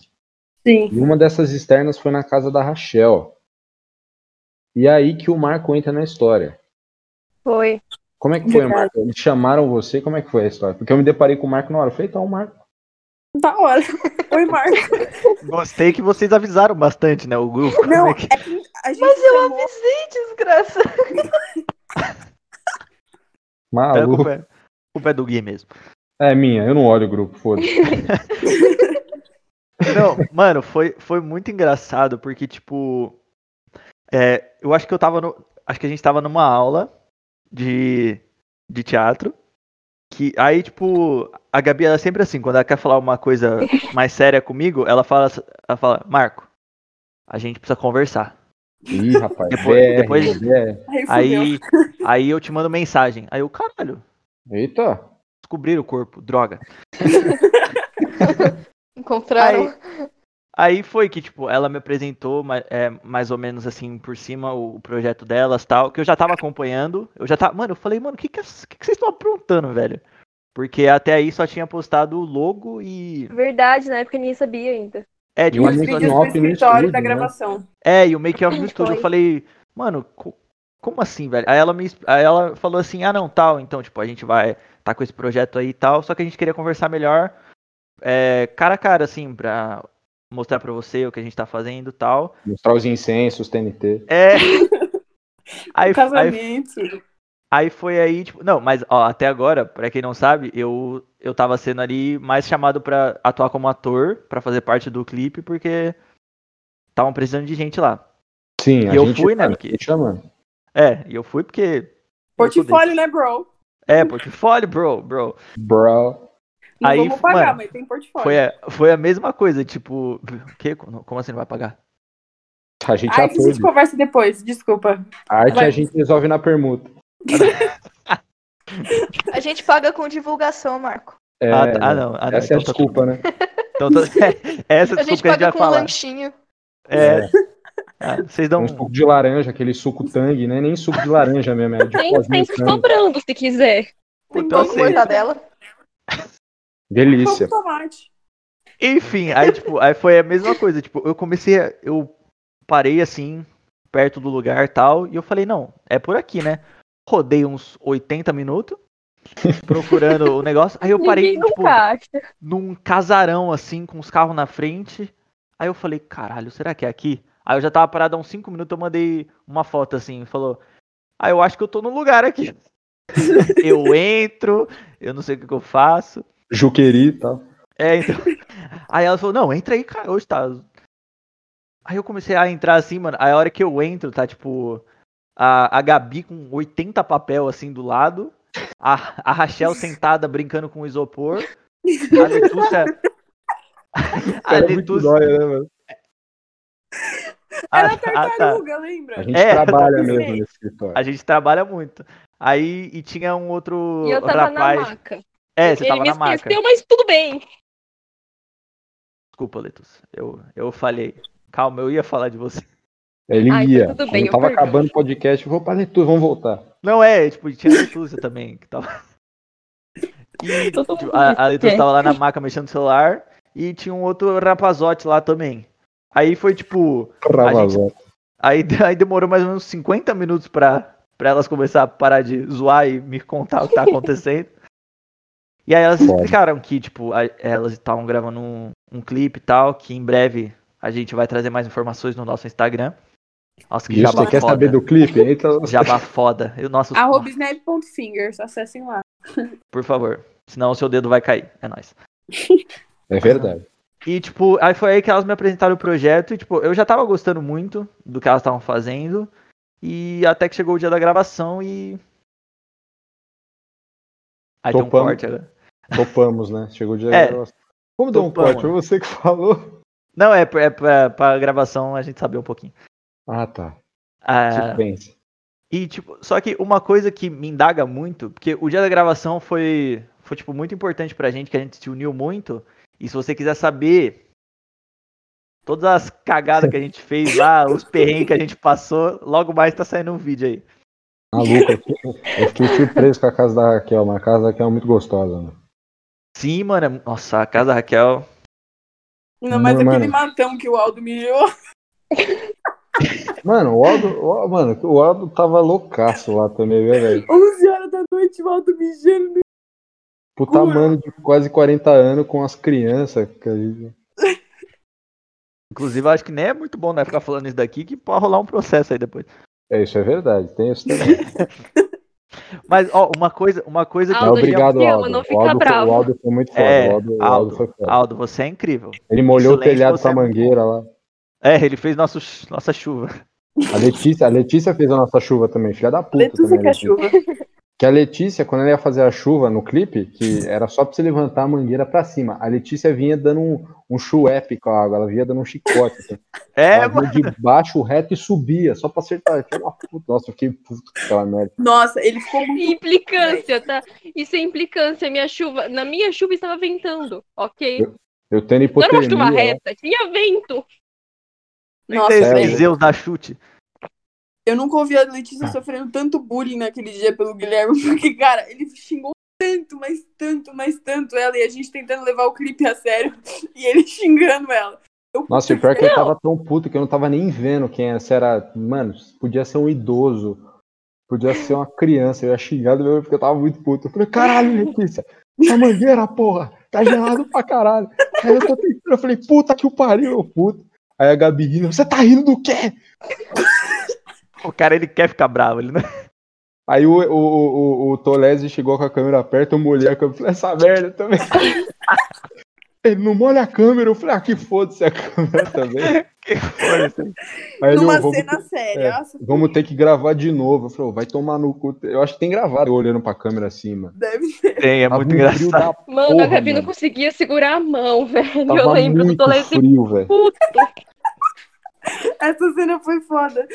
A: Sim.
B: E uma dessas externas foi na casa da Rachel. E é aí que o Marco entra na história.
D: Foi.
B: Como é que foi,
A: Verdade.
B: Marco? Eles chamaram você, como é que foi a história? Porque eu me deparei com o Marco na hora. Eu falei, tá, o Marco.
A: Da hora. Oi, Marco.
C: Gostei que vocês avisaram bastante, né? O grupo. Como
A: Não,
C: é que-
A: A gente chamou-
E: Avisei, desgraça.
C: É, a
B: Maluco.
C: culpa é, a culpa é do Gui mesmo.
B: É minha, eu não olho o grupo, foda-se.
A: <laughs>
C: Não, mano, foi, foi muito engraçado, porque, tipo. é, eu acho que eu tava no. Acho que a gente tava numa aula de, de teatro. Que aí, tipo, a Gabi, ela é sempre assim, quando ela quer falar uma coisa mais séria comigo, ela fala, ela fala, Marco, a gente precisa conversar.
B: Ih, rapaz. é, BR,
C: Depois- depois-
B: BR.
A: Aí fudeu.
C: Aí, aí eu te mando mensagem. Aí eu, caralho,
B: Eita.
C: descobriram o corpo, droga.
E: Encontraram.
C: Aí foi que, tipo, ela me apresentou ma- é, mais ou menos assim por cima o, o projeto delas tal, que eu já tava acompanhando. Eu já tava. Mano, eu falei, mano, o que, que, as- que que vocês estão aprontando, velho? Porque até aí só tinha postado o logo e.
D: Verdade, na época ninguém sabia ainda.
C: É, de
B: E o
C: uma
A: Os
B: Mas
A: vídeos
B: em
A: do
B: off no
A: escritório
B: estúdio,
A: da
B: né?
A: gravação.
C: É, e o make off do estúdio. Eu
D: Foi.
C: falei, mano, co- como assim, velho? Aí ela, me, exp- aí ela falou assim, ah não, tal, então, tipo, a gente vai tá com esse projeto aí e tal, só que a gente queria conversar melhor, é, cara a cara, assim, pra mostrar pra você o que a gente tá fazendo e tal.
B: Mostrar os incensos, TNT.
C: É. Aí, aí,
A: Casamento.
C: aí foi aí, tipo, não, mas ó, até agora, pra quem não sabe, eu eu tava sendo ali mais chamado pra atuar como ator, pra fazer parte do clipe, porque estavam precisando de gente lá.
B: Sim, a
C: E eu
B: gente
C: fui, né,
B: mano,
C: porque-
B: chamando.
C: É, e eu fui porque
A: né? Portfólio, né, bro?
C: É, portfólio, bro, bro.
B: Bro.
A: Não
C: Aí,
A: vamos pagar,
C: mano,
A: mas tem portfólio.
C: Foi a, foi a mesma coisa, tipo, o quê? Como assim não vai pagar?
B: A gente
A: Ah, isso a
B: aprende.
A: gente conversa depois, desculpa.
B: A arte
A: Vai.
B: a gente resolve na permuta.
E: A gente paga com divulgação, Marco.
B: É,
C: ah, tá- ah, não. Ah, não.
B: essa é a
C: então tá-
B: desculpa, né?
C: <laughs> então tá- <laughs> essa desculpa
E: A
C: é que a
E: gente
C: gente
E: paga
C: vai
E: com
C: falar.
E: lanchinho.
C: É. Ah, vocês dão
B: Um suco de laranja, aquele suco tangue, né? Nem suco de laranja mesmo, é de
D: Tem
B: pozinho
D: sempre
B: Tang.
D: sobrando, se quiser.
E: Com
C: Então,
E: pão
C: assim,
E: com mortadela.
B: Delícia.
A: Pouco tomate.
C: Enfim, aí tipo, aí foi a mesma coisa, tipo, eu comecei, a- eu parei assim perto do lugar, tal, e eu falei, não, é por aqui, né? Rodei uns 80
D: <laughs>
C: minutos procurando o negócio. Aí eu parei
D: Ninguém
C: tipo,
D: nunca acha.
C: num casarão assim com os carros na frente. Aí eu falei, caralho, será que é aqui? Aí eu já tava parado há uns 5 minutos, eu mandei uma foto assim, falou: "Ah, eu acho que eu tô no lugar aqui". <laughs> eu entro, eu não sei o que que eu faço.
B: Juqueri e tal.
C: É, então. <laughs> Aí ela falou, não, entra aí, cara, hoje tá. Aí eu comecei a entrar assim, mano. Aí a hora que eu entro, tá tipo. A, a Gabi com 80 papel assim do lado. A, a
D: <laughs>
C: Rachel sentada brincando com o isopor. A Letúcia. <laughs> A
B: Era muito
C: Letúcia.
B: dói, né, mano?
C: a-
A: Era a
C: ah, tá.
A: tartaruga, lembra?
B: A gente
C: É,
B: trabalha
A: eu
B: mesmo
A: sei.
B: nesse escritório.
C: A gente trabalha muito. Aí, e tinha um outro
D: E eu tava na
C: rapaz.
D: maca.
C: é, você
D: Ele
C: tava
D: me
C: na maca.
D: esqueceu, mas tudo bem.
C: Desculpa, Letúcia. Eu, eu falhei. Calma, eu ia falar de você.
B: Ele
D: Ah, então
B: ia.
D: tudo
B: Quando
D: bem, eu
B: tava
D: perdoo.
B: acabando o podcast, eu vou pra leitura, vamos voltar.
C: Não, é, tipo, tinha a Letúcia também que tava. E
D: <laughs> Todo
C: tipo,
D: mundo
C: a, a Letúcia
D: quer.
C: tava lá na maca mexendo no celular e tinha um outro rapazote lá também. Aí foi tipo.
B: Ravazó.
C: Aí, <laughs> aí demorou mais ou menos 50 minutos pra, pra elas começar a parar de zoar e me contar o
D: <laughs>
C: que tá acontecendo. E aí elas
B: Bom.
C: explicaram que, tipo, a- elas estavam gravando um, um clipe e tal, que em breve a gente vai trazer mais informações no nosso Instagram. Nossa, que
B: Isso,
C: jabá
B: você quer
C: foda.
B: saber do clipe? Então,
C: <laughs> Jabá foda. Eu, nossa,
A: Arroba snap.fingers, acessem lá.
C: Por favor. Senão o seu dedo vai cair. É nóis.
B: é verdade.
C: E, tipo, aí foi aí que elas me apresentaram o projeto. E, tipo, eu já tava gostando muito do que elas estavam fazendo. E até que chegou o dia da gravação e. Aí tem um
B: Topamos.
C: corte agora.
B: Topamos, né? Chegou o dia da
C: É.
B: gravação. Como deu um
C: Topamos.
B: corte? Foi você que falou.
C: Não, é, pra- é pra, pra gravação a gente saber um pouquinho.
B: Ah, tá.
C: Ah,
B: Suspense.
C: E, tipo, só que uma coisa que me indaga muito, porque o dia da gravação foi, foi tipo, muito importante pra gente, que a gente se uniu muito. E se você quiser saber todas as cagadas que a gente fez lá, os perrengues que a gente passou, logo mais tá saindo um vídeo aí.
B: Maluco, eu fiquei- eu fiquei surpreso com a casa da Raquel, mas a casa da Raquel é muito gostosa, mano.
C: Sim, mano. é- Nossa, a casa da Raquel.
A: Ainda mais
B: Mano.
A: aquele matão que o Aldo mijou. <laughs>
B: Mano, o Aldo, o- mano, o Aldo tava loucaço lá também, viu, velho?
A: 11 horas da noite, o Aldo mijando.
B: Puta
A: Ué.
B: mano de quase 40 anos com as crianças. que a gente-
C: Inclusive, eu acho que nem é muito bom né, ficar falando isso daqui, que pode rolar um processo aí depois.
B: É, isso é verdade, tem isso também.
C: Mas, ó, uma coisa, uma coisa que.
B: Mas
D: Aldo,
C: eu queria-
B: obrigado,
D: te ama,
B: Aldo.
D: não
B: o,
D: fica
B: Aldo foi,
D: bravo.
B: o Aldo foi muito foda.
C: É,
B: o Aldo, o
C: Aldo,
B: Aldo foi foda.
C: Aldo, você é incrível.
B: Ele molhou o
C: Silêncio,
B: telhado
C: você
B: com a
C: é-
B: mangueira lá.
C: É, ele fez nosso, nossa chuva.
B: A Letícia, a Letícia fez a nossa chuva também, filha da puta.
A: Letusa
D: é
B: também, Letícia.
C: assim.
A: cachorra.
B: Que a Letícia, quando ela ia fazer a chuva no clipe, que era só pra você levantar a mangueira pra cima. A Letícia vinha dando um, um chuepe com a água, ela vinha dando um chicote. assim.
C: É,
B: ela vinha de baixo reto e subia, só pra acertar. Filha da puta. Nossa, eu fiquei puto com aquela merda.
A: Nossa, ele ficou muito.
D: Implicância, tá? Isso é implicância. Minha chuva. Na minha chuva estava ventando, ok?
B: Eu tendo
D: Não era uma
B: hipotermia.
D: chuva
B: né?
D: reta, tinha vento.
A: Nossa, é
C: Tem
B: velho.
C: esses Zeus da chute.
A: Eu nunca ouvi a Letícia
B: Tá.
A: sofrendo tanto bullying naquele dia pelo Guilherme, <laughs> porque, cara, ele xingou tanto, mas tanto, mas tanto ela, e a gente tentando levar o clipe a sério, <laughs> e ele xingando ela. Eu,
B: Nossa, e o pior é que eu tava tão puto que eu não tava nem vendo quem era. Se era, mano, podia ser um idoso, podia ser uma criança. Eu ia xingar do meu porque eu tava muito puto. Eu falei, caralho, Letícia, essa mangueira, porra, tá gelado pra caralho. Aí eu tô tentando, eu falei, puta que o pariu, eu puto. Aí a Gabi rindo, você tá rindo do quê?
C: O cara, ele quer ficar bravo. Ele não... <laughs>
B: Aí o, o, o, o- o Tolese chegou com a câmera perto, eu molhei a câmera, eu falei, essa merda também. Ele não molha a câmera, eu falei, ah, que foda-se a câmera também.
C: que foi isso?
B: Aí ele,
A: Numa
B: "Ô, vamos,
A: cena séria.
B: é,
A: Nossa,
B: vamos ter que gravar de novo. Eu falei, "Ô, vai tomar no cu. Eu acho que tem gravado eu olhando pra câmera assim, mano.
A: deve <laughs> ser.
C: Tem, é
B: Tava
C: muito
B: um frio
C: engraçado.
B: da-
D: Mano,
B: Porra,
D: a Gabi
B: mano.
D: não conseguia segurar a mão, <laughs> velho.
B: Tava
D: eu lembro do
B: muito
D: Tolese
B: frio, velho.
D: puto.
A: Essa cena foi foda.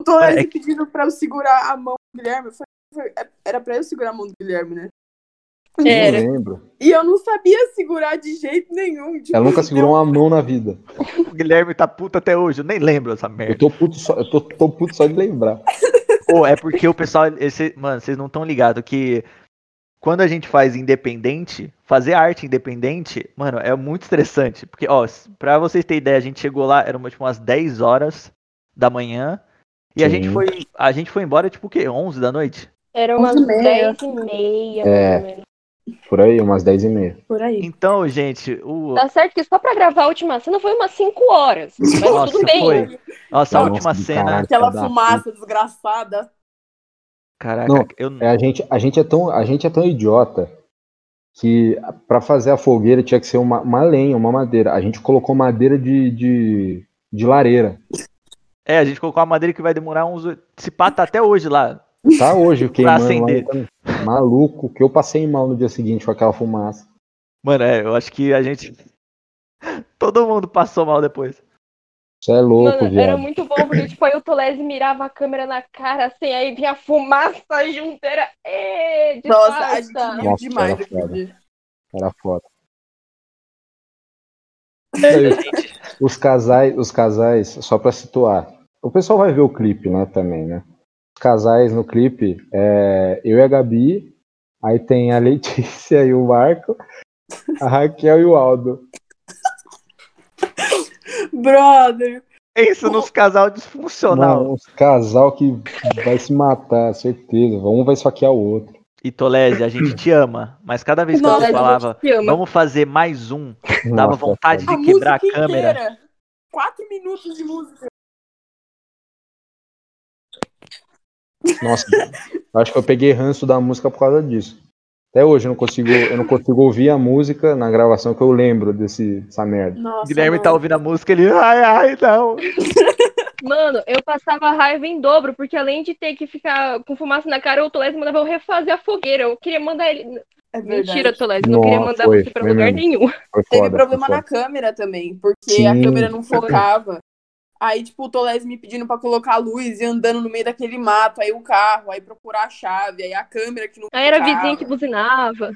A: O Torres
C: É
A: pedindo pra eu segurar a mão do Guilherme. Foi- foi- é, era pra eu segurar a mão do Guilherme, né?
B: Eu
D: Era.
B: não lembro.
A: E eu não sabia segurar de jeito nenhum. tipo,
B: Ela nunca segurou uma mão na vida.
C: O Guilherme tá puto até hoje, eu nem lembro dessa merda.
B: Eu <laughs> tô puto só, eu tô, tô puto só de lembrar.
C: Pô, é porque o pessoal. Esse, mano, vocês não estão ligados que quando a gente faz independente, fazer arte independente, mano, é muito estressante. Porque, ó, s- pra vocês terem ideia, a gente chegou lá, eram tipo umas 10 horas da manhã. E a gente
B: Sim.
C: foi. A gente foi embora, tipo, o quê? 11 da noite?
D: Era umas
A: Onze e meia.
D: 10 e meia,
B: É.
D: mais ou menos.
B: Por aí, umas 10 e meia.
A: Por aí.
C: Então, gente, o.
D: Tá certo que só pra gravar a última cena foi umas 5 horas. Mas
C: Nossa,
D: tudo bem.
C: foi. Nossa,
B: Nossa,
C: a última
B: do
C: cena.
B: caralho.
A: Aquela
B: Da
A: fumaça desgraçada.
C: Caraca,
B: Não,
C: eu
B: É, a, gente, a, gente é tão, a gente é tão idiota que pra fazer a fogueira tinha que ser uma, uma lenha, uma madeira. A gente colocou madeira de, de, de lareira.
C: É, a gente colocou a madeira que vai demorar uns. oito- Se pá, tá até hoje lá.
B: Tá
C: <laughs>
B: hoje queimando lá.
C: acender.
B: Então, maluco, que eu passei mal no dia seguinte com aquela fumaça.
C: Mano, é, eu acho que a gente. <laughs> Todo mundo passou mal depois.
B: Isso é louco,
D: Mano, era
B: viado.
D: muito bom, porque tipo, aí o Tolese mirava a câmera na cara, assim, aí vinha fumaça junto, era. "Ê,
A: Nossa, a gente
D: disfarça".
A: riu
B: Nossa,
A: demais
B: era
A: aquele dia.
B: Era foda. Daí, os casais, os casais, só pra situar. O pessoal vai ver o clipe, né, também, né? Os casais no clipe, é, eu e a Gabi, aí tem a Letícia <laughs> e o Marco, a Raquel e o Aldo.
A: Brother.
C: Isso nos casal disfuncional.
B: Mano, uns casal que vai se matar, certeza. Um vai esfaquear o outro.
C: E Tolese, a gente te ama, mas cada vez que
A: Nossa,
C: ela falava,
D: te ama.
C: vamos fazer mais um, dava
B: Nossa,
C: vontade
A: A
C: de quebrar a
A: música
C: câmera.
A: inteira. Quatro minutos de música.
B: Nossa, eu acho que eu peguei ranço da música por causa disso. Até hoje eu não consigo, eu não consigo ouvir a música na gravação que eu lembro desse, dessa merda.
A: Nossa,
C: Guilherme
A: mano.
C: tá ouvindo a música, ele, ai, ai, não.
D: Mano, eu passava raiva em dobro, porque além de ter que ficar com fumaça na cara, o Tolese mandava eu refazer a fogueira. Eu queria mandar ele.
A: É verdade.
D: Mentira, Tolese, eu não queria
B: Nossa,
D: mandar
B: foi,
D: você pra
B: foi
D: lugar
B: mesmo.
D: nenhum.
B: Foi
A: Teve
B: foda,
A: problema
B: foi
A: na
B: foda.
A: câmera também, porque a
B: Sim.
A: câmera não focava. Aí, tipo, o Tolés me pedindo pra colocar a luz e andando no meio daquele mato, aí o carro, aí procurar a chave, aí a câmera que não
D: Aí era a
A: focava,
D: vizinha que buzinava.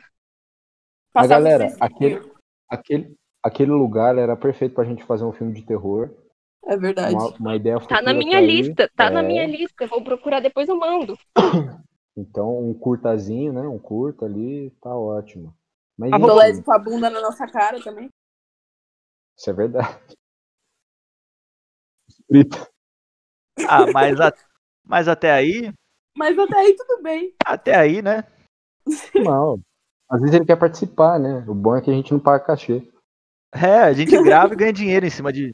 B: Mas
A: passava
B: galera,
A: um
B: aquele-
A: fio.
B: Aquele, aquele lugar era perfeito pra gente fazer um filme de terror.
A: É verdade.
B: Uma, uma ideia
D: Tá na
B: futura
D: minha
B: pra
D: lista, tá na
B: é.
D: minha lista. Vou procurar depois eu mando.
B: ir. Então, um curtazinho, né? Um curta ali, tá ótimo. Mas
C: Ah,
D: Tá
A: O
B: enfim,
A: Tolés com a bunda na nossa cara também.
B: isso é verdade. Frita.
C: Ah, mas, a- mas até aí,
A: Mas até aí tudo bem.
C: até aí, né?
B: Mal. Às vezes ele quer participar, né? O bom é que a gente não paga cachê.
C: É, a gente grava e ganha dinheiro em cima de.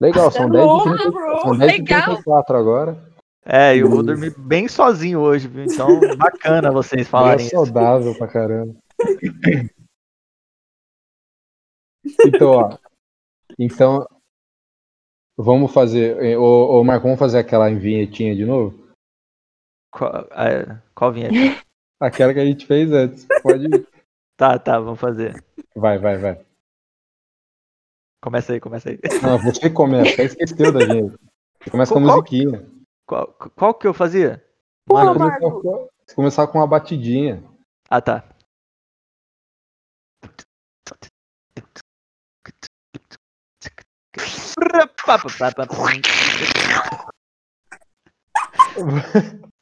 B: Legal, são 10
A: louco,
B: e 30,
A: bro.
B: são 10 e
D: Tá Legal.
B: 34 agora.
C: É, eu vou dormir bem sozinho hoje, viu? Então, bacana vocês falarem
B: É
C: isso.
B: saudável pra caramba. Então, ó. Então, vamos fazer. eh, Ô, ô Marco, vamos fazer aquela vinhetinha de novo?
C: Qual, é, qual vinheta?
B: Aquela que a gente fez antes. Pode ir.
C: Tá, tá, vamos fazer.
B: Vai, vai, vai.
C: Começa aí, começa aí.
B: Não, você começa. Você esqueceu da gente. Você começa com a
C: Qual-
B: musiquinha.
C: Qual, qual que eu fazia?
A: Pô, Marco.
B: Você começava com- Você começava com uma batidinha.
C: Ah, tá.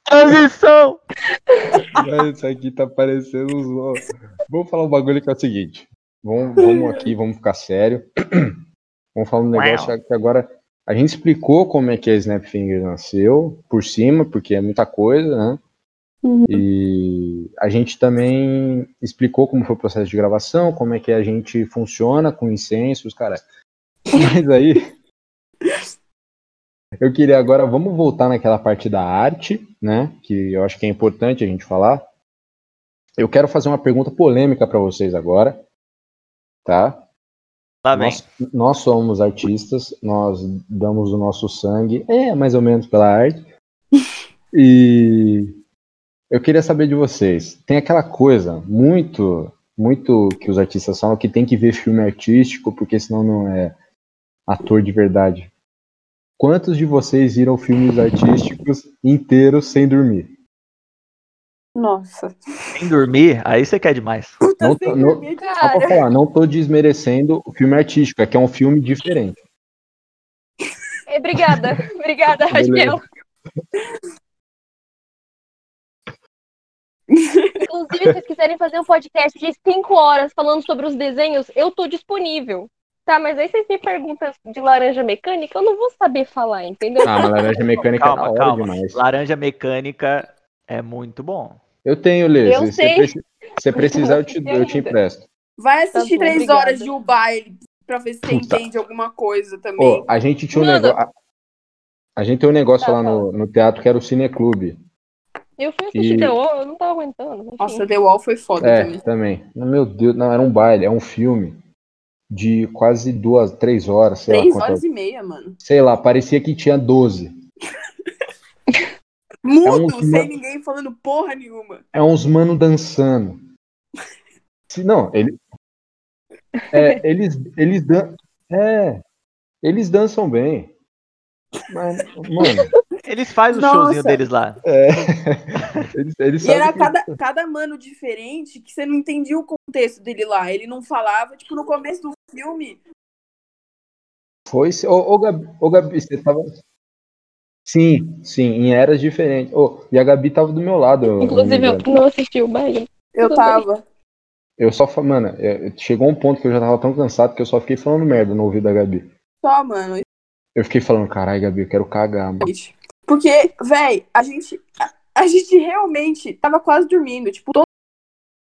C: Transição!
B: Mas isso aqui tá parecendo um zoom. Vamos falar um bagulho que é o seguinte. Vamos, vamos aqui, vamos ficar sério. <clears throat> Vamos falar um negócio que agora. A gente explicou como é que a Snapfinger nasceu, por cima, porque é muita coisa, né? E a gente também explicou como foi o processo de gravação, como é que a gente funciona com incensos, cara. Mas aí. Eu queria agora, vamos voltar naquela parte da arte, né? Que eu acho que é importante a gente falar. Eu quero fazer uma pergunta polêmica para vocês agora, tá?
C: Lá vem.
B: Nós, nós somos artistas, nós damos o nosso sangue, é mais ou menos pela arte. e eu queria saber de vocês. Tem aquela coisa muito, muito que os artistas falam que tem que ver filme artístico, porque senão não é ator de verdade. Quantos de vocês viram filmes artísticos inteiros sem dormir?
A: Nossa.
C: Sem dormir, aí você quer demais.
A: Puta,
B: Não,
A: sem
B: não-
A: dormir,
B: Só pra
A: cara.
B: Ah, falar, não tô desmerecendo o filme artístico, é que é um filme diferente.
D: É,
B: <laughs>
D: obrigada, obrigada, Raquel. Inclusive, se vocês quiserem fazer um podcast de 5 horas falando sobre os desenhos, eu tô disponível. Tá, mas aí vocês me perguntam de laranja mecânica, eu não vou saber falar, entendeu?
B: Ah, mas Laranja Mecânica é da
C: Calma,
B: hora
C: calma.
B: demais.
C: Laranja mecânica é muito bom.
B: Eu tenho, Lê.
D: Eu
B: se você
D: sei.
B: preci- se precisar, eu te, eu te empresto.
A: Vai assistir
D: Tá bom,
A: três
D: obrigada.
A: horas de Ubai pra ver se você
B: Puta.
A: entende alguma coisa também.
B: Ô, a gente tinha um
D: Mano.
B: negócio. A gente tem um negócio
D: Tá,
B: lá no, no teatro que era o Cineclube.
D: Eu fui assistir
B: E-
D: The Wall, eu não tava aguentando. enfim.
A: Nossa, The Wall foi foda
B: É,
A: também.
B: também. Meu Deus, não, era um baile, é um filme de quase duas, três horas, sei
A: Três
B: lá quanto.
A: horas e meia, mano.
B: Sei lá, parecia que tinha 12.
A: Mudo,
B: filme-
A: sem ninguém falando porra nenhuma.
B: É uns mano dançando. Se- Não, ele. É, eles, eles dan... É, eles dançam bem. Mas, mano,
C: Eles fazem o
A: Nossa.
C: showzinho deles lá.
B: eles, eles
A: E era
B: sabem que-
A: cada, cada mano diferente que você não entendia o contexto dele lá. Ele não falava, tipo, no começo do filme.
B: Foi. se- Ô, ô, Gabi, ô, Gabi, você tava. Sim, sim, em eras diferentes. Ô, e a Gabi tava do meu lado. eu-
D: Inclusive, eu
B: eu,
D: não assisti o baile.
A: Eu
D: Tudo
A: tava.
B: eu só fa- Mano, eu- chegou um ponto que eu já tava tão cansado que eu só fiquei falando merda no ouvido da Gabi.
A: Só, mano.
B: Eu fiquei falando, caralho, Gabi, eu quero cagar, mano.
A: gente. Porque, véi, a gente. A, a gente realmente tava quase dormindo. Tipo, todo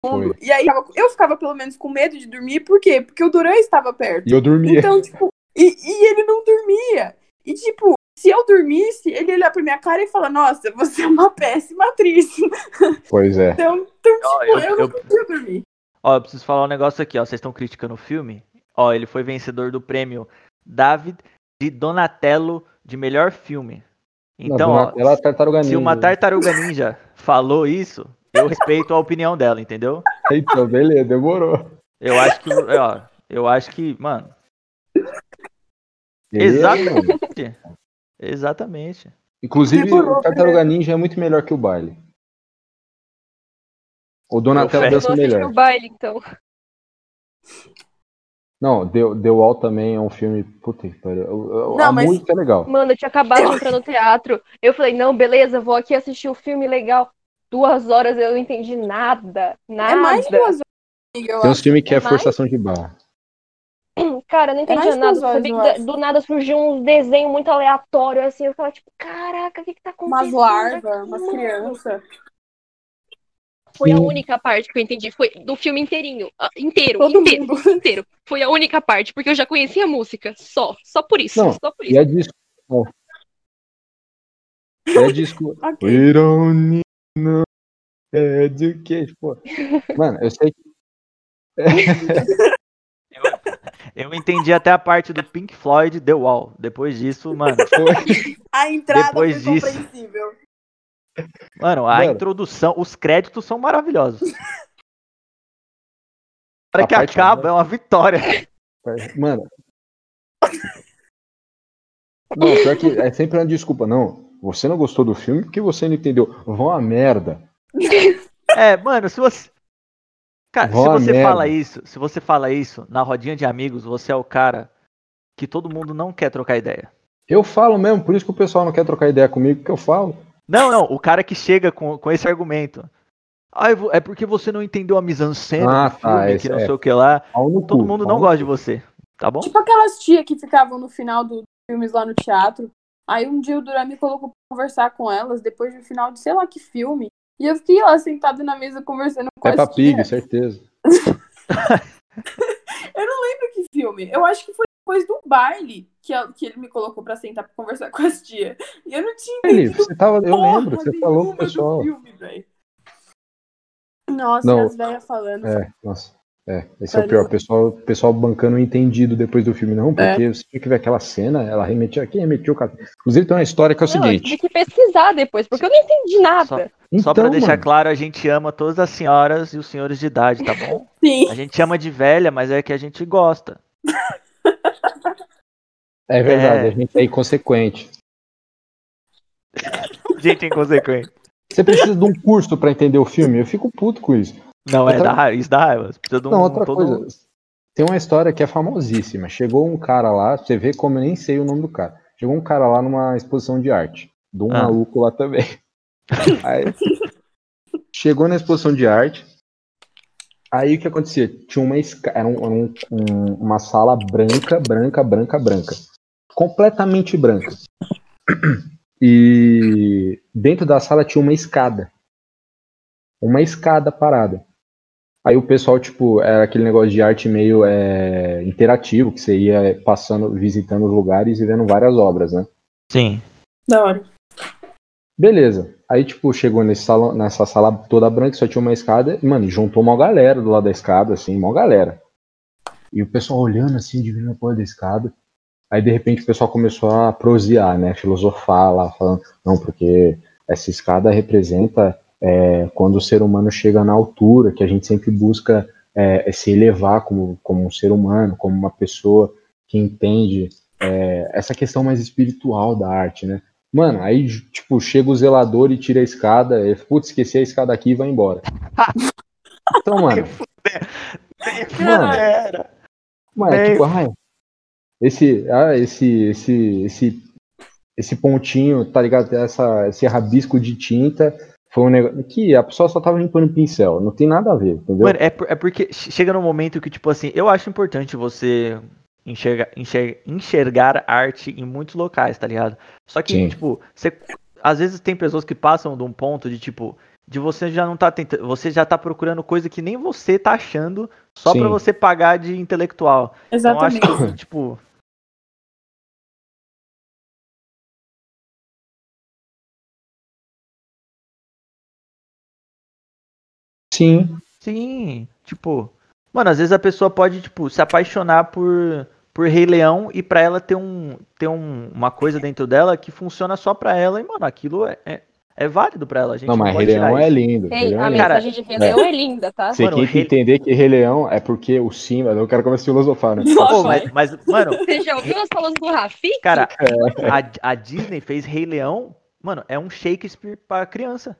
A: mundo. E aí tava- eu ficava pelo menos com medo de dormir. Por quê? Porque o Duran estava perto.
B: E eu dormia.
A: Então, tipo. E, e ele não dormia. E, tipo, se eu dormisse, ele ia olhar pra minha cara e falar: Nossa, você é uma péssima atriz.
B: Pois é.
A: Então, então
C: Ó,
A: tipo, eu,
C: eu-
A: não
C: eu-
A: podia dormir.
C: Ó, eu preciso falar um negócio aqui, ó. Vocês estão criticando o filme? Ó, ele foi vencedor do prêmio David de Donatello de melhor filme. Então, ó,
B: ela é tartaruga
C: se
B: ninja.
C: uma tartaruga ninja falou isso, eu respeito a opinião dela, entendeu?
B: Então, beleza, demorou.
C: Eu acho que, ó, eu acho que, mano,
B: Beleza, mano.
C: exatamente. Exatamente.
B: Inclusive,
A: Demorou,
B: o tartaruga
C: né?
B: ninja é muito melhor que o baile. O Donatello
C: Eu
D: Eu
B: dança
D: não assisti o
B: melhor.
D: baile, então.
B: Não, The, The Wall também é um filme. Puta que pariu. Eu- eu-
A: Não,
B: A
A: mas-
B: música é legal.
D: Mano, eu tinha acabado de entrar no teatro. Eu falei, não, beleza, vou aqui assistir o filme legal. Duas horas eu não entendi nada. Nada.
A: É mais de duas horas, amiga, eu acho.
B: Tem uns filmes que é
D: Mas-
B: forçação de barra.
D: Cara, eu não
A: É mais
D: entendia
A: de
D: nada.
A: duas horas,
D: Sabia
A: eu
D: que da-
A: acho.
D: do nada surgiu uns desenhos muito aleatórios, assim. Eu ficava tipo, caraca, o que que tá acontecendo?
A: Umas larvas,
D: aqui,
A: umas
D: mano?"
A: crianças.
D: Foi a
B: Sim.
D: única parte que eu entendi. Foi do filme inteirinho. ah, Inteiro,
A: Todo
D: inteiro,
A: mundo. <laughs>
D: inteiro. Foi a única parte, porque eu já conhecia a música. Só, só por isso.
B: Não,
D: só por
B: E
D: isso.
B: é disco. É, é disco.
A: Ok.
B: We don't need no education. Pô. Mano, eu sei que.
C: Eu entendi até a parte do Pink Floyd The Wall. Depois disso, mano, <laughs>
B: foi-
A: A entrada
C: Depois
A: foi
C: disso.
A: compreensível.
C: mano, a
B: Mano.
C: introdução, os créditos
B: <laughs>
C: são maravilhosos. Para
B: A
C: que
B: parte
C: acaba é uma vitória.
B: Mano. Não, pior que é sempre uma desculpa. Não, você não gostou do filme porque você não entendeu. Vão a merda.
C: É, mano, se você. Cara, se
B: Vó
C: você
B: merda.
C: fala isso, se você fala isso na rodinha de amigos, você é o cara que todo mundo não quer trocar ideia.
B: Eu falo mesmo, por isso que o pessoal não quer trocar ideia comigo, que eu falo.
C: Não, não, o cara que chega com, com esse argumento. Ah, eu vou- é porque você não entendeu a mise-en-scène
B: Ah,
C: do
B: tá,
C: É, filme,
B: esse
C: que não
B: é.
C: sei o que lá.
B: Pau no
C: Todo
B: cu,
C: mundo
B: pau
C: não
B: no
C: gosta de você, tá bom?
A: Tipo aquelas tias que ficavam no final dos filmes lá no teatro. Aí um dia o Duran me colocou pra conversar com elas, depois do final de sei lá que filme. E eu fiquei lá sentada na mesa conversando com
B: Peppa
A: as
B: É
C: é.
B: Pig,
A: tias.
B: certeza.
A: Lembra que filme? Eu acho que foi depois do baile que, a- que ele me colocou pra sentar pra conversar <laughs> com as tias. E eu não tinha
B: Felipe,
A: entendido
B: você tava, eu
A: porra
B: lembro, você
A: nenhuma
B: falou pro
A: do
B: pessoal.
A: filme, velho. Nossa,
B: Não.
A: as velhas falando.
B: É, nossa. É, esse é o pior. O pessoal, o pessoal bancando o entendido depois do filme,
C: É.
B: não, porque você tinha que ver aquela cena, ela remetia. Quem remetiu o cara? Inclusive, tem uma história que é o
D: Não, eu tive
B: seguinte.
D: que pesquisar depois, porque eu não entendi
C: Só-
D: nada.
C: Só pra
B: Então,
C: deixar
B: mano,
C: claro, a gente ama todas as senhoras e os senhores de idade, tá bom?
A: Sim.
C: A gente ama de velha, mas é que a gente gosta.
B: É verdade,
C: É.
B: a gente é inconsequente.
C: Gente inconsequente.
B: Você precisa de um curso pra entender o filme? Eu fico puto com isso.
C: Não, é
B: Outra-
C: da raiva, isso dá raiva. Você Precisa de um,
B: Não, outra
C: todo
B: coisa. Tem uma história que é famosíssima. Chegou um cara lá, você vê como eu nem sei o nome do cara. Chegou um cara lá numa exposição de arte. De um
C: Ah.
B: maluco lá também.
C: <laughs>
B: Aí, chegou na exposição de arte. Aí o que acontecia? Tinha uma esca- era um- era um- um- uma sala branca, branca, branca, branca. Completamente branca. E dentro da sala tinha uma escada. Uma escada parada. Aí o pessoal, tipo, era aquele negócio de arte meio é, interativo, que você ia passando, visitando os lugares e vendo várias obras, né?
C: Sim.
A: Da hora.
C: Então,
B: Beleza. Aí, tipo, chegou nesse salão, nessa sala toda branca, só tinha uma escada, e, mano, e juntou uma galera do lado da escada, assim, uma galera. E o pessoal olhando assim, dividindo a porra da escada. Aí, de repente, o pessoal começou a prosear, né? Filosofar lá, falando, não, porque essa escada representa é, quando o ser humano chega na altura, que a gente sempre busca é, se elevar como, como um ser humano, como uma pessoa que entende é, essa questão mais espiritual da arte, né? Mano, aí, tipo, chega o zelador e tira a escada. Ele, putz, esqueci a escada aqui e vai
C: <laughs>
B: embora. então, mano, Mano.
C: Era.
B: mano é
C: É.
B: tipo, ai, esse, ah, esse, esse, esse, esse pontinho, tá ligado? Essa, esse rabisco de tinta foi um negócio que a pessoa só tava limpando o pincel. Não tem nada a ver, entendeu?
C: Mano, é, por- é porque che- chega num momento que, tipo assim, eu acho importante você enxergar, enxer- enxergar arte em muitos locais, tá ligado? Só que,
B: Sim.
C: tipo, você. Às vezes tem pessoas que passam de um ponto de, tipo, de você já não tá tentando. Você já tá procurando coisa que nem você tá achando só pra
B: Sim.
C: você pagar de intelectual. Então, eu acho
A: Exatamente.
C: que, tipo.
B: Sim.
C: Sim, tipo, mano, às vezes a pessoa pode, tipo, se apaixonar por por Rei Leão e pra ela ter um ter um- uma coisa dentro dela que funciona só pra ela e, mano, aquilo é, é, é válido pra ela, a gente
B: Não,
C: não
B: mas Rei
C: pode tirar
B: Leão é
C: isso.
B: lindo. Rei
D: Ei,
B: Leão
D: a
B: é lindo.
C: Cara,
D: mensagem de Redeão é. linda, tá?
B: Você
C: Mano,
B: tem que
C: Rei-
B: entender que Rei Leão é porque o Simba. Eu quero começar a filosofar, né?
A: Nossa,
C: Pô, mas, mas, mano,
D: Você já ouviu as falas do Rafik?
C: cara,
B: é,
C: a, a Disney fez Rei Leão, mano, é um Shakespeare pra criança.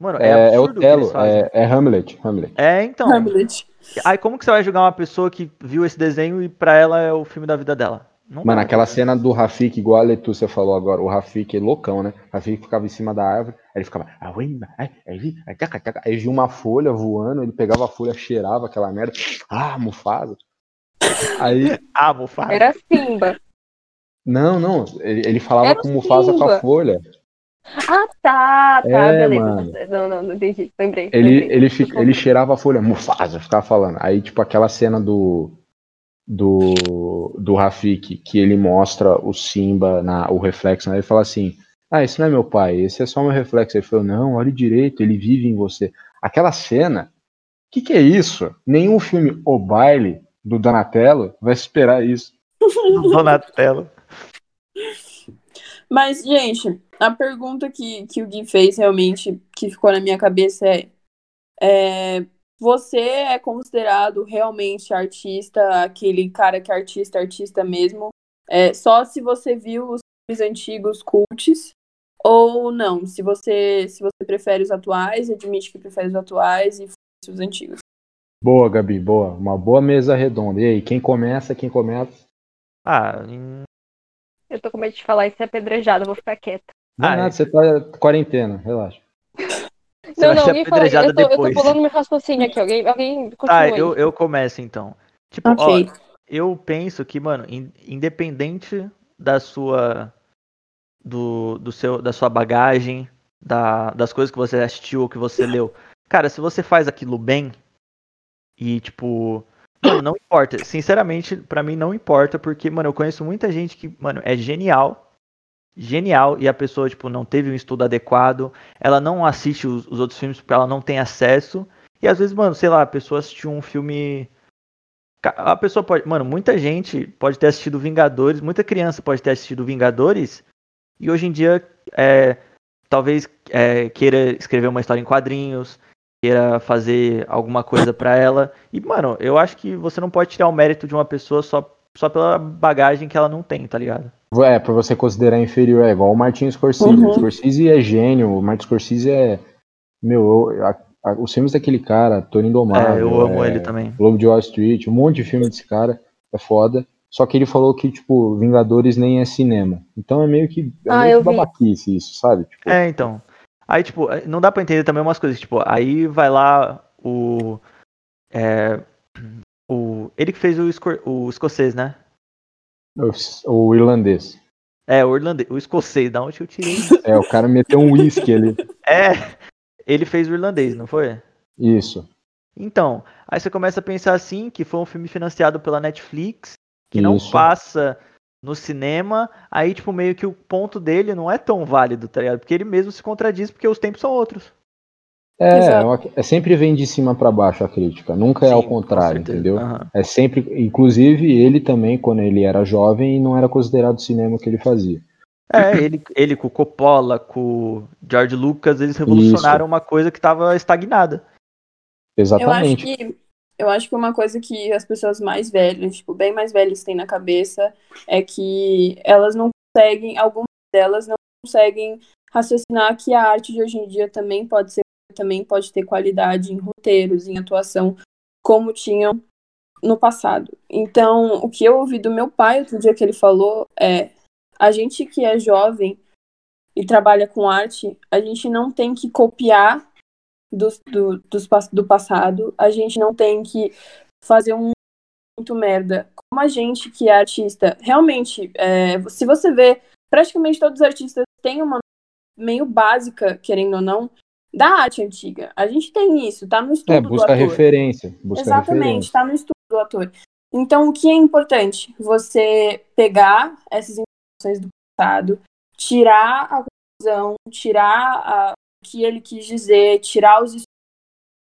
C: Mano, é,
B: É, é
C: absurdo o que eles
B: Otelo,
C: fazem.
B: é, é Hamlet. Hamlet.
C: É, então.
A: Hamlet.
C: Aí como que você vai julgar uma pessoa que viu esse desenho e pra ela é o filme da vida dela? Não
B: Mano,
C: dá.
B: aquela cena do Rafik, igual a Letúcia falou agora, o Rafik é loucão, né? O Rafik ficava em cima da árvore, aí ele ficava. "Ah, ui, ma, ai, ai, vi, ai, taca, taca." Aí viu uma folha voando, ele pegava a folha, cheirava aquela merda. Ah, Mufasa. Aí.
C: Ah, vou falar.
D: Era Simba.
B: Não, não. Ele, ele falava
D: Era
B: com o Mufasa com a
D: Simba.
B: folha.
D: Ah, tá, tá,
B: É,
D: beleza.
B: mano.
D: Não, não, não entendi. Lembrei.
B: Ele,
D: lembrei.
B: ele, fi- ele cheirava a folha, Mufasa, ficava falando. Aí, tipo, aquela cena do. Do, do Rafik, que ele mostra o Simba, na, o reflexo, né? ele fala assim: Ah, esse não é meu pai, esse é só meu reflexo. Ele falou: Não, olhe direito, ele vive em você. Aquela cena, o que, que é isso? Nenhum filme O Baile do Donatello vai esperar isso.
C: Donatello.
A: Mas, gente, a pergunta que, que o Gui fez realmente, que ficou na minha cabeça é, é, você é considerado realmente artista, aquele cara que é artista, artista mesmo, é, só se você viu os filmes antigos cults ou não? Se você, se você prefere os atuais, admite que prefere os atuais e foda-se os antigos.
B: Boa, Gabi, boa. Uma boa mesa redonda. E aí, quem começa, quem começa?
C: Ah, em-
D: Eu tô com medo de falar isso é apedrejado, eu vou ficar quieta.
B: Não,
C: Ah,
B: nada,
C: é.
B: você tá quarentena, relaxa.
C: Você vai ser
D: alguém fala aí,
C: apedrejada
D: eu, tô, eu tô
C: depois.
D: bolando meu raciocínio aqui. Alguém, alguém continua.
C: tá,
D: aí.
C: eu, eu começo então. Tipo,
A: Ok.
C: ó, eu penso que, mano, in- independente da sua. Do, do seu, da sua bagagem, da, das coisas que você assistiu ou que você leu. Cara, se você faz aquilo bem, e tipo. Mano, não importa. Sinceramente, pra mim não importa, porque, mano, eu conheço muita gente que, mano, é genial. genial e a pessoa tipo não teve um estudo adequado, ela não assiste os, os outros filmes porque ela não tem acesso. E às vezes, mano, sei lá, a pessoa assistiu um filme Ca- a pessoa pode, mano, muita gente pode ter assistido Vingadores, muita criança pode ter assistido Vingadores e hoje em dia é, talvez é, queira escrever uma história em quadrinhos, queira fazer alguma coisa pra ela. E, mano, eu acho que você não pode tirar o mérito de uma pessoa só, só pela bagagem que ela não tem, tá ligado?
B: É, pra você considerar inferior, é igual o Martin Scorsese.
A: Uhum.
B: O Scorsese é gênio, o Martin Scorsese é. Meu, eu- a- a- os filmes daquele cara, Tony Indomável,
C: É, eu amo
B: é,
C: ele também.
B: Globo de Wall Street, um monte de filme desse cara, é foda. Só que ele falou que, tipo, Vingadores nem é cinema. Então é meio que, é
D: Ah,
B: meio
D: eu
B: que
D: vi.
B: babaquice isso, sabe? Tipo,
C: É, então. Aí, tipo, não dá pra entender também umas coisas. Tipo, aí vai lá o. É, o ele que fez o, escor- o escocês, né?
B: o, o irlandês.
C: É, o irlandês. O escocês, da onde eu tirei?
B: <laughs> É, o cara meteu um uísque ali.
C: É, ele fez o irlandês, não foi?
B: Isso.
C: Então, aí você começa a pensar assim, que foi um filme financiado pela Netflix, que não
B: Isso.
C: passa no cinema, aí tipo meio que o ponto dele não é tão válido, tá ligado? Porque ele mesmo se contradiz porque os tempos são outros.
B: É,
A: Exato.
B: uma- é sempre vem de cima pra baixo a crítica, nunca é
C: Sim,
B: ao
C: com
B: contrário,
C: certeza.
B: entendeu?
C: Aham.
B: É sempre, inclusive ele também, quando ele era jovem, não era considerado cinema o que ele fazia.
C: É, ele, ele com o Coppola, com o George Lucas, eles revolucionaram uma coisa que estava estagnada.
A: Eu acho
B: Exatamente.
A: que eu acho que uma coisa que as pessoas mais velhas, tipo, bem mais velhas têm na cabeça é que elas não conseguem, algumas delas não conseguem raciocinar que a arte de hoje em dia também pode ser, também pode ter qualidade em roteiros, em atuação, como tinham no passado. Então, o que eu ouvi do meu pai outro dia que ele falou é: a gente que é jovem e trabalha com arte, a gente não tem que copiar dos, do, dos, pas- do passado, a gente não tem que fazer um muito merda. Como a gente que é artista, realmente, é, se você vê, praticamente todos os artistas têm uma meio básica, querendo ou não, da arte antiga. A gente tem isso, tá no estudo
B: É, busca
A: do ator.
B: referência. Busca
A: Exatamente,
B: referência.
A: está no estudo do ator. Então, o que é importante? Você pegar essas informações do passado, tirar a conclusão, tirar a- o que ele quis dizer, tirar os estudos,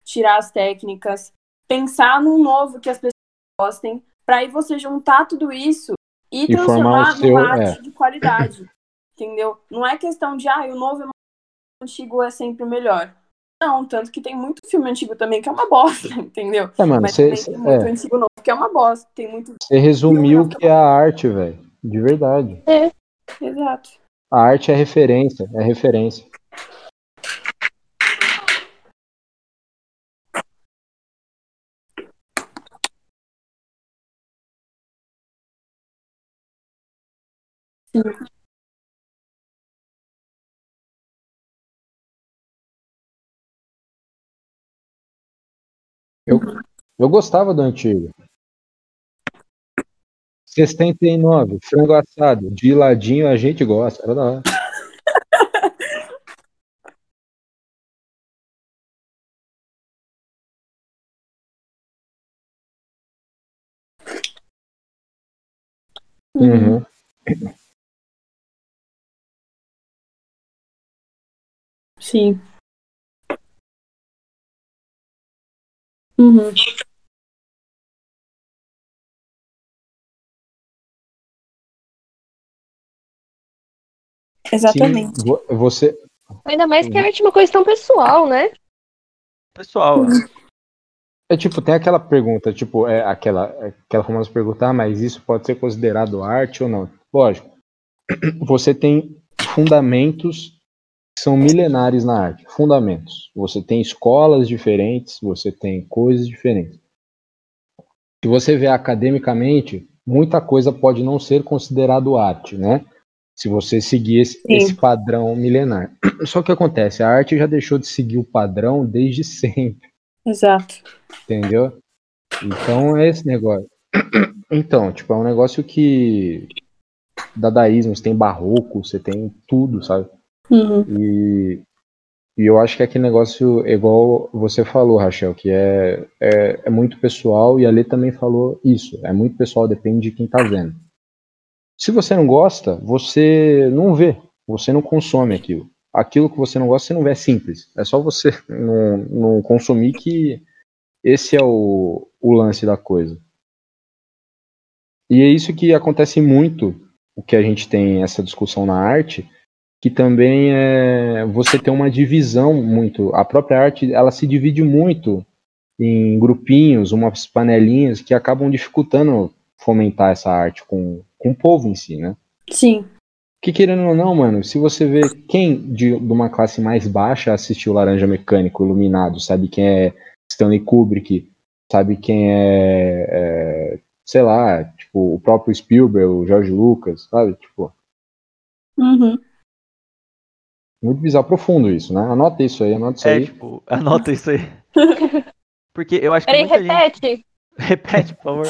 A: tirar as técnicas, pensar num novo que as pessoas gostem, para aí você juntar tudo isso e,
B: E formar
A: transformar
B: o seu- é.
A: numa arte de qualidade. Entendeu? Não é questão de, ah, o novo é mais- o antigo é sempre o melhor. Não, tanto que tem muito filme antigo também que é uma bosta, <laughs> entendeu?
B: É, mano,
A: Mas
B: você
A: também tem muito antigo novo, que é uma bosta. Tem muito.
B: resumiu o que é a arte, velho. De verdade.
A: Exato.
B: A arte é referência, é referência. Eu, eu gostava do antigo. 69, frango assado, de ladinho a gente gosta. Era da hora. Uhum.
A: Sim. Uhum. Exatamente.
B: Sim, vo- você.
D: Ainda mais que a arte é uma coisa tão pessoal, né?
C: Pessoal,
B: É tipo, tem aquela pergunta, tipo, é aquela, é aquela famosa pergunta, ah, mas isso pode ser considerado arte ou não? Lógico. Você tem fundamentos que são milenares na arte. Fundamentos. Você tem escolas diferentes, você tem coisas diferentes. Se você vê academicamente, muita coisa pode não ser considerado arte, né? Se você seguir esse,
A: Sim.
B: esse padrão milenar. Só que acontece, a arte já deixou de seguir o padrão desde <laughs> sempre.
A: Exato.
B: Entendeu? Então é esse negócio. <clears throat> Então, tipo, é um negócio que. Dadaísmo, você tem barroco, você tem tudo, sabe?
A: Uhum.
B: E, e eu acho que é aquele negócio, é igual você falou, Rachel, que é, é, é muito pessoal, e a Lê também falou isso. É muito pessoal, depende de quem tá vendo. Se você não gosta, você não vê, você não consome aquilo. Aquilo que você não gosta, você não vê, é simples. É só você <laughs> não, não consumir que esse é o, o lance da coisa. E é isso que acontece muito, o que a gente tem essa discussão na arte, que também é você tem uma divisão muito. A própria arte ela se divide muito em grupinhos, umas panelinhas que acabam dificultando fomentar essa arte com, com o povo em si, né?
A: Sim.
B: Que querendo ou não, mano, se você vê quem de, de uma classe mais baixa assistiu Laranja Mecânico, Iluminado, sabe quem é Stanley Kubrick, sabe quem é, é sei lá, tipo, o próprio Spielberg, o George Lucas, sabe? Tipo,
A: Uhum.
B: muito bizarro, profundo isso, né? Anota isso aí, anota isso
C: É,
B: aí.
C: tipo, <laughs> anota isso
B: <laughs>
C: aí. Porque eu acho que
D: Peraí,
C: muita gente...
D: repete.
C: Repete, por
B: <laughs>
C: favor.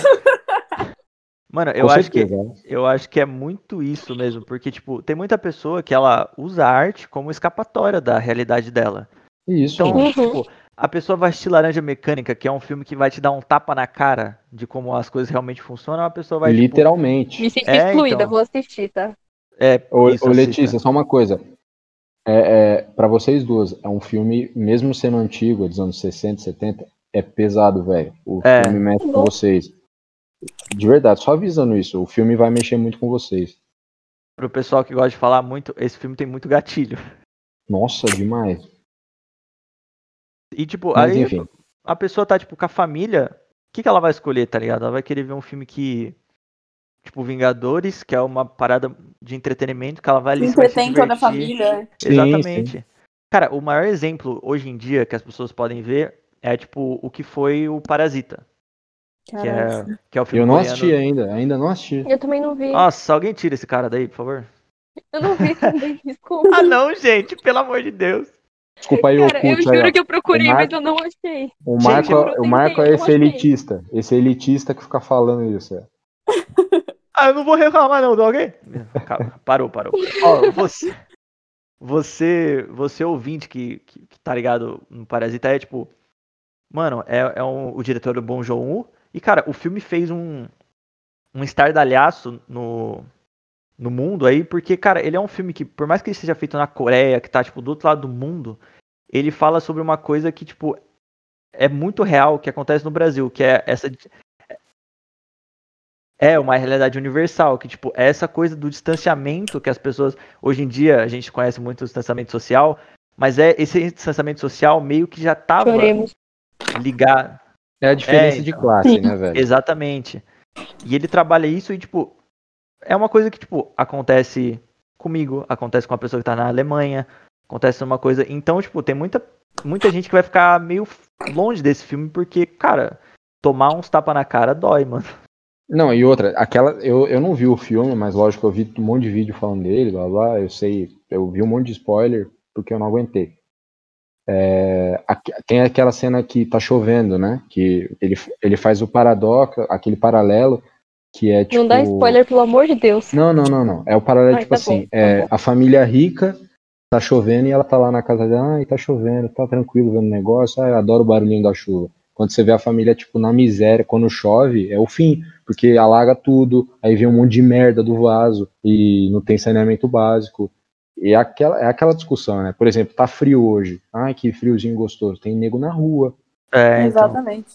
C: Mano, eu
B: com
C: acho que
B: certeza, né?
C: eu acho que é muito isso mesmo, porque tipo, tem muita pessoa que ela usa a arte como escapatória da realidade dela.
B: Isso,
C: Então,
B: mano.
C: tipo, a pessoa vai assistir Laranja Mecânica, que é um filme que vai te dar um tapa na cara de como as coisas realmente funcionam, a pessoa vai. tipo,
B: literalmente.
D: Me senti
C: É,
D: excluída,
C: então.
D: vou assistir, tá?
C: é,
B: Ô,
C: isso,
B: ô,
C: assista.
B: Letícia, só uma coisa. É, é, para vocês duas, é um filme, mesmo sendo antigo, é dos anos 60, 70, é pesado, velho. O
C: É.
B: filme mexe com vocês. De verdade, só avisando isso, o filme vai mexer muito com vocês.
C: Pro pessoal que gosta de falar muito, esse filme tem muito gatilho.
B: Nossa, demais.
C: E, tipo,
B: Mas
C: aí
B: enfim.
C: a pessoa tá, tipo, com a família, o que, que ela vai escolher, tá ligado? Ela vai querer ver um filme que. Tipo, Vingadores, que é uma parada de entretenimento que ela vai ali. se vai se
A: Entretém toda a
C: divertir.
A: família. é.
B: Sim,
C: Exatamente.
B: sim.
C: Cara, o maior exemplo hoje em dia que as pessoas podem ver é, tipo, o que foi o Parasita. Que é,
A: Caraca.
C: que é o filme
B: Eu não
C: coreano.
B: assisti ainda, ainda não assisti.
D: Eu também não vi.
C: Nossa, alguém tira esse cara daí, por favor.
D: Eu não vi também, <laughs> desculpa.
C: Ah, não, gente, pelo amor de Deus.
B: Desculpa aí,
D: Cara, eu
B: Ocult, aí, ó.
D: juro que eu procurei,
B: O Mar-
D: mas eu não achei.
B: O Marco,
D: eu não
B: o Marco é
D: tentei, eu
B: esse
D: achei.
B: elitista. Esse elitista que fica falando isso. é.
C: Ah, eu não vou reclamar não, alguém? Calma, parou, <laughs> parou. Ó, você, você, você ouvinte que, que, que tá ligado no Parasita é tipo, mano, é, é um- o diretor do Bom Joon e cara, o filme fez um um estardalhaço no no mundo aí, porque cara, ele é um filme que por mais que ele seja feito na Coreia, que tá tipo do outro lado do mundo, ele fala sobre uma coisa que tipo é muito real que acontece no Brasil, que é essa É uma realidade universal, que tipo, é essa coisa do distanciamento que as pessoas. Hoje em dia a gente conhece muito o distanciamento social, mas é esse distanciamento social meio que já tava
D: Choremos.
C: ligado.
B: É a diferença
C: É,
B: de
C: então.
B: classe, né, velho?
C: Exatamente. E ele trabalha isso e, tipo, é uma coisa que, tipo, acontece comigo, acontece com uma pessoa que tá na Alemanha, acontece uma coisa. Então, tipo, tem muita, muita gente que vai ficar meio longe desse filme, porque, cara, tomar uns tapa na cara dói, mano.
B: Não, e outra, aquela. Eu, eu não vi o filme, mas lógico, eu vi um monte de vídeo falando dele, blá blá, eu sei, eu vi um monte de spoiler porque eu não aguentei. É, aque- tem aquela cena que tá chovendo, né? Que ele, ele faz o paradoxo, aquele paralelo, que é tipo.
D: Não dá spoiler, pelo amor de Deus.
B: Não, não, não, não. É o paralelo,
D: Ai,
B: tipo
D: tá
B: assim,
D: bom, tá
B: é,
D: bom.
B: a família rica tá chovendo e ela tá lá na casa dela, ai, tá chovendo, tá tranquilo vendo o negócio, ai, eu adoro o barulhinho da chuva. Quando você vê a família, tipo, na miséria, quando chove, é o fim, porque alaga tudo, aí vem um monte de merda do vaso e não tem saneamento básico. E é aquela, é aquela discussão, né? Por exemplo, tá frio hoje. Ai, que friozinho gostoso. Tem nego na rua,
C: É,
B: então.
A: Exatamente.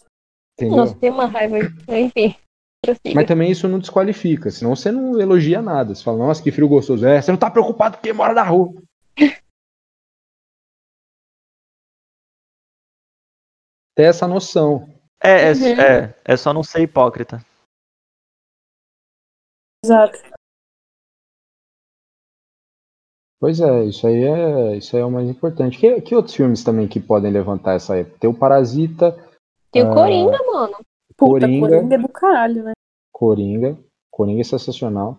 B: entendeu?
D: Nossa, tem uma raiva. Enfim, prossiga.
B: Mas também isso não desqualifica, senão você não elogia nada. Você fala, nossa, que frio gostoso. É, você não tá preocupado porque mora na rua. Ter essa noção.
C: É, é,
D: Uhum.
C: é, é só não ser hipócrita.
A: Exato.
B: Pois é, isso aí é, isso aí é o mais importante. Que, que outros filmes também que podem levantar essa época? Tem o Parasita,
D: Tem
B: Ah.
D: o Coringa, mano.
A: Puta,
B: Coringa.
A: Coringa. é do caralho, né?
B: Coringa. Coringa é sensacional.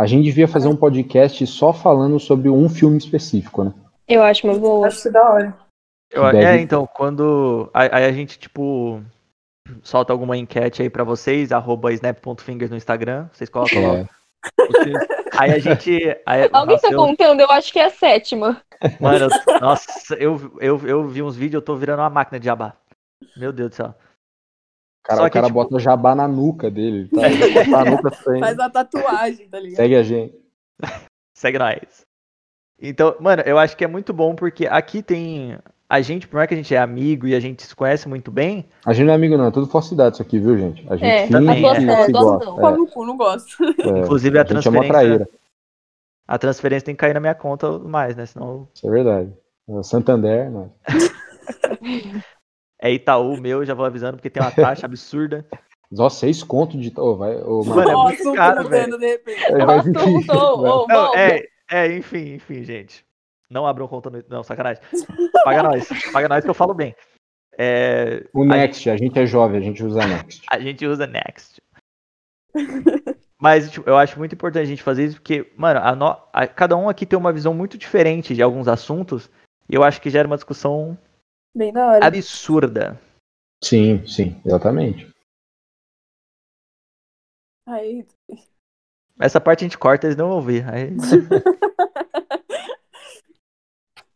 B: A gente devia fazer um podcast só falando sobre um filme específico, né?
D: Eu acho uma boa.
A: Acho da hora.
C: Eu-
B: Deve-
C: É, então, quando. Aí aí a gente, tipo, solta alguma enquete aí pra vocês, arroba snap.fingers no Instagram, vocês colocam lá.
B: É.
C: os filmes. Aí a gente. Aí, um
D: Alguém tá
C: eu-
D: contando? Eu acho que é a sétima.
C: Mano, eu- nossa, eu, eu, eu vi uns vídeos, eu tô virando uma máquina de jabá. Meu Deus do céu.
B: cara,
C: Só
B: o
C: que,
B: cara
C: tipo-
B: bota jabá na nuca dele. Tá?
C: <laughs>
B: Ele bota a nuca sem.
A: Faz a tatuagem, tá ligado?
B: Segue a gente.
C: Segue nós. Então, mano, eu acho que é muito bom porque aqui tem. A gente, por mais que a gente é amigo e a gente se conhece muito bem,
B: A gente não é amigo, não. É tudo falsidade isso aqui, viu, gente? A gente
D: É,
B: finge
C: também,
B: que
D: é.
B: se
D: Gosto não,
B: gosta.
D: gosto
B: é,
A: Pau no cu, não gosto.
B: é.
C: Inclusive, a
B: a gente é mó
C: transferência-
B: traíra.
C: a transferência tem que cair na minha conta mais, né? Senão
B: Isso é verdade. É, Santander, né?
C: é Itaú meu, já vou avisando, porque tem uma taxa absurda.
B: Só seis conto de. Ô, vai. Ô,
C: Mano, é
B: mano.
A: Ó,
C: muito
A: assunto
C: caro,
A: mudando tá de
D: é
A: repente.
B: Aí vai vir
D: Nossa, mudou.
B: vai-
D: Ô,
C: Não,
D: bom,
C: é, é, enfim, enfim, gente. Não abram conta no. Não, sacanagem. Paga nós. Paga nós que eu falo bem. É,
B: O Next, a gente é jovem, a gente usa Next.
C: <laughs> A gente usa Next. Mas tipo, eu acho muito importante a gente fazer isso porque, mano, a no- a- cada um aqui tem uma visão muito diferente de alguns assuntos e eu acho que gera uma discussão
A: Bem da hora.
C: absurda.
B: Sim, sim, exatamente.
A: Aí,
C: Essa parte a gente corta, eles não vão ouvir.
B: <laughs>
C: Aí...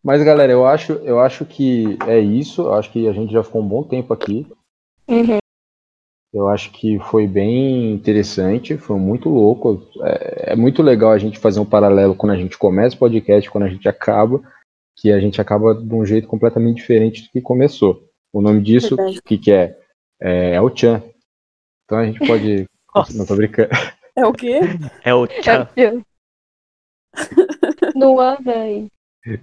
B: Mas, galera, eu acho, eu acho que é isso. Eu acho que a gente já ficou um bom tempo aqui.
D: Uhum.
B: Eu acho que foi bem interessante, foi muito louco. É, é muito legal a gente fazer um paralelo quando a gente começa o podcast, quando a gente acaba, que a gente acaba de um jeito completamente diferente do que começou. O nome disso,
A: Verdade.
B: o que, que é? é? é o Chan. Então a gente pode. Não tô
C: Nossa,
B: brincando.
A: é o quê?
C: é o
D: Tchau.
B: Ah.
C: tchan.
D: Nua, véi.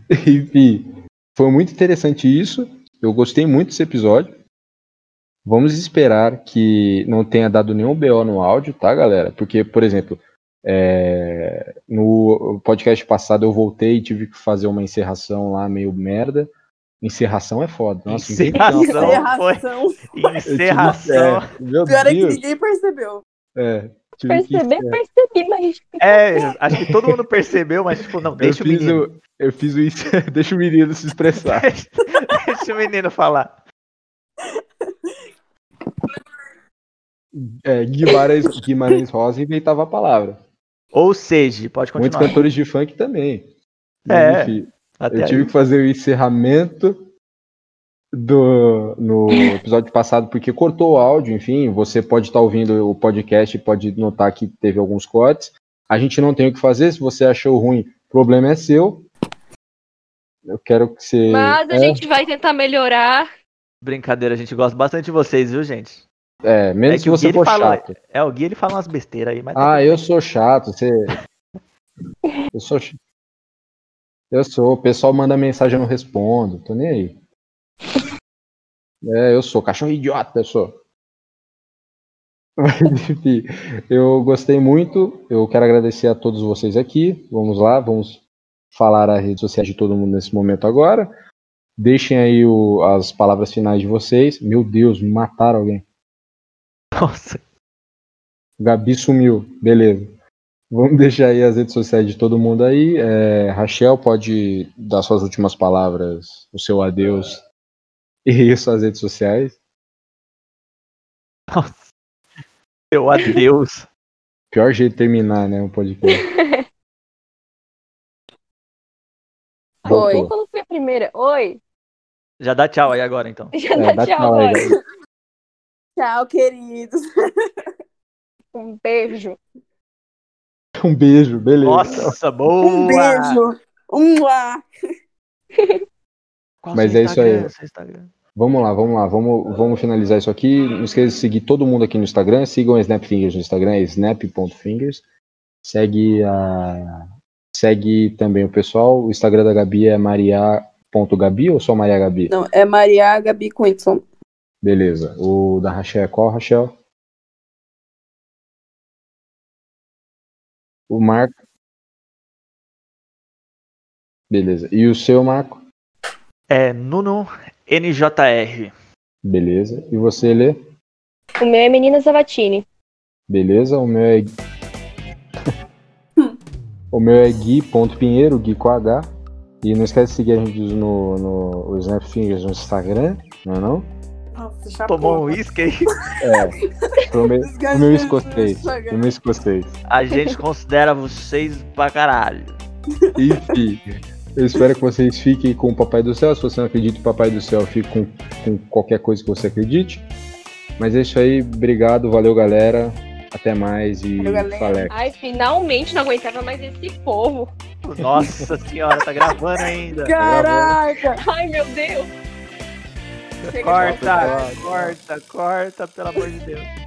B: Enfim, foi muito interessante isso. Eu gostei muito desse episódio. Vamos esperar que não tenha dado nenhum BO no áudio, tá, galera? Porque, por exemplo, é, no podcast passado eu voltei e tive que fazer uma encerração lá meio merda. Encerração é foda. Nossa,
C: Encerração.
B: invenção.
C: Não, foi.
A: Erração.
B: Eu tive-
C: Encerração.
B: é, meu
A: é Pior é que
B: Deus.
A: ninguém percebeu.
B: É, tive que-
D: Perceber, percebi, mas.
C: É, acho que todo mundo percebeu, mas tipo, não,
B: eu,
C: deixa o
B: fiz
C: menino.
B: o, eu fiz o <laughs> isso. Deixa o menino se expressar.
C: <laughs> deixa o menino falar.
B: É, Guimarães, Guimarães Rosa inventava a palavra.
C: Ou seja, pode
B: Muitos
C: continuar.
B: cantores de funk também.
C: É,
B: Mas, enfim,
C: Até
B: eu tive
C: aí.
B: que fazer o encerramento do, no episódio passado, porque cortou o áudio, enfim, você pode estar ouvindo o podcast e pode notar que teve alguns cortes. A gente não tem o que fazer, se você achou ruim, o problema é seu. Eu quero que você.
D: Mas a
B: é,
D: gente vai tentar melhorar.
C: Brincadeira, a gente gosta bastante de vocês, viu, gente?
B: é, menos
C: é que
B: se
C: o
B: você
C: Gui,
B: for
C: ele fala-
B: chato.
C: É, o Gui ele fala umas besteiras aí, mas. tá
B: Ah, eu sou chato, você. Eu sou. ch- Eu sou. O pessoal manda mensagem, eu não respondo. Tô nem aí. É, eu sou. Cachorro idiota, eu sou. <laughs> Mas, enfim, eu gostei muito. Eu quero agradecer a todos vocês aqui. Vamos lá, vamos falar as redes sociais de todo mundo nesse momento agora. Deixem aí o- as palavras finais de vocês. Meu Deus, me mataram alguém.
C: Nossa.
B: Gabi sumiu, beleza. Vamos <laughs> deixar aí as redes sociais de todo mundo aí. É, Rachel, pode dar suas últimas palavras, o seu adeus <laughs> e suas redes sociais.
C: Nossa. Meu adeus.
B: Pior jeito de terminar, né, um podcast.
A: Oi.
B: Voltou.
D: Quando foi a primeira? Oi. <laughs>
C: Já dá tchau aí agora, então.
D: Já
B: É,
D: dá
B: dá
D: tchau,
B: tchau aí,
D: agora.
B: Gabi.
A: Tchau, queridos.
D: Um beijo.
B: <laughs> Um beijo, beleza.
C: Nossa, boa.
A: Um beijo. Um lá.
C: Qual
B: Mas
C: seu
B: é isso aí.
C: Instagram? Seu Instagram?
B: Vamos lá, vamos lá, vamos, vamos finalizar isso aqui. Não esqueça de seguir todo mundo aqui no Instagram. Sigam a Snapfingers no Instagram, é snap.fingers. Segue, a, segue também o pessoal. O Instagram da Gabi é maria.gabi ou só Maria Gabi?
A: Não, é Maria Gabi com Y.
B: Beleza. O da Rachel é qual, Rachel? O Marco. Beleza. E o seu, Marco?
C: É Nuno NJR.
B: Beleza. E você, Lê?
D: O meu é Menina Zavatini.
B: Beleza, o meu
A: <laughs>
B: é. o meu é gui.pinheiro, gui com H. E não esquece de seguir a gente no, no o Snapfingers no Instagram, não é não?
A: Nossa, chapou.
C: Tomou um uísque aí.
A: <laughs>
B: É. Pro meu, pro meu escocês. Pro meu escocês.
C: A gente considera vocês pra caralho.
B: Enfim. Eu espero que vocês fiquem com o Papai do Céu. Se você não acredita em Papai do Céu, fique com, com qualquer coisa que você acredite. Mas é isso aí, obrigado, valeu galera. Até mais e
A: Valeu, galera.
B: falé.
D: Ai, finalmente não aguentava mais esse povo.
C: Nossa senhora, tá gravando ainda.
A: Caraca!
D: Ai, meu Deus.
A: Chega de
C: Corta,
A: voltar.
C: corta, corta, pelo amor de Deus.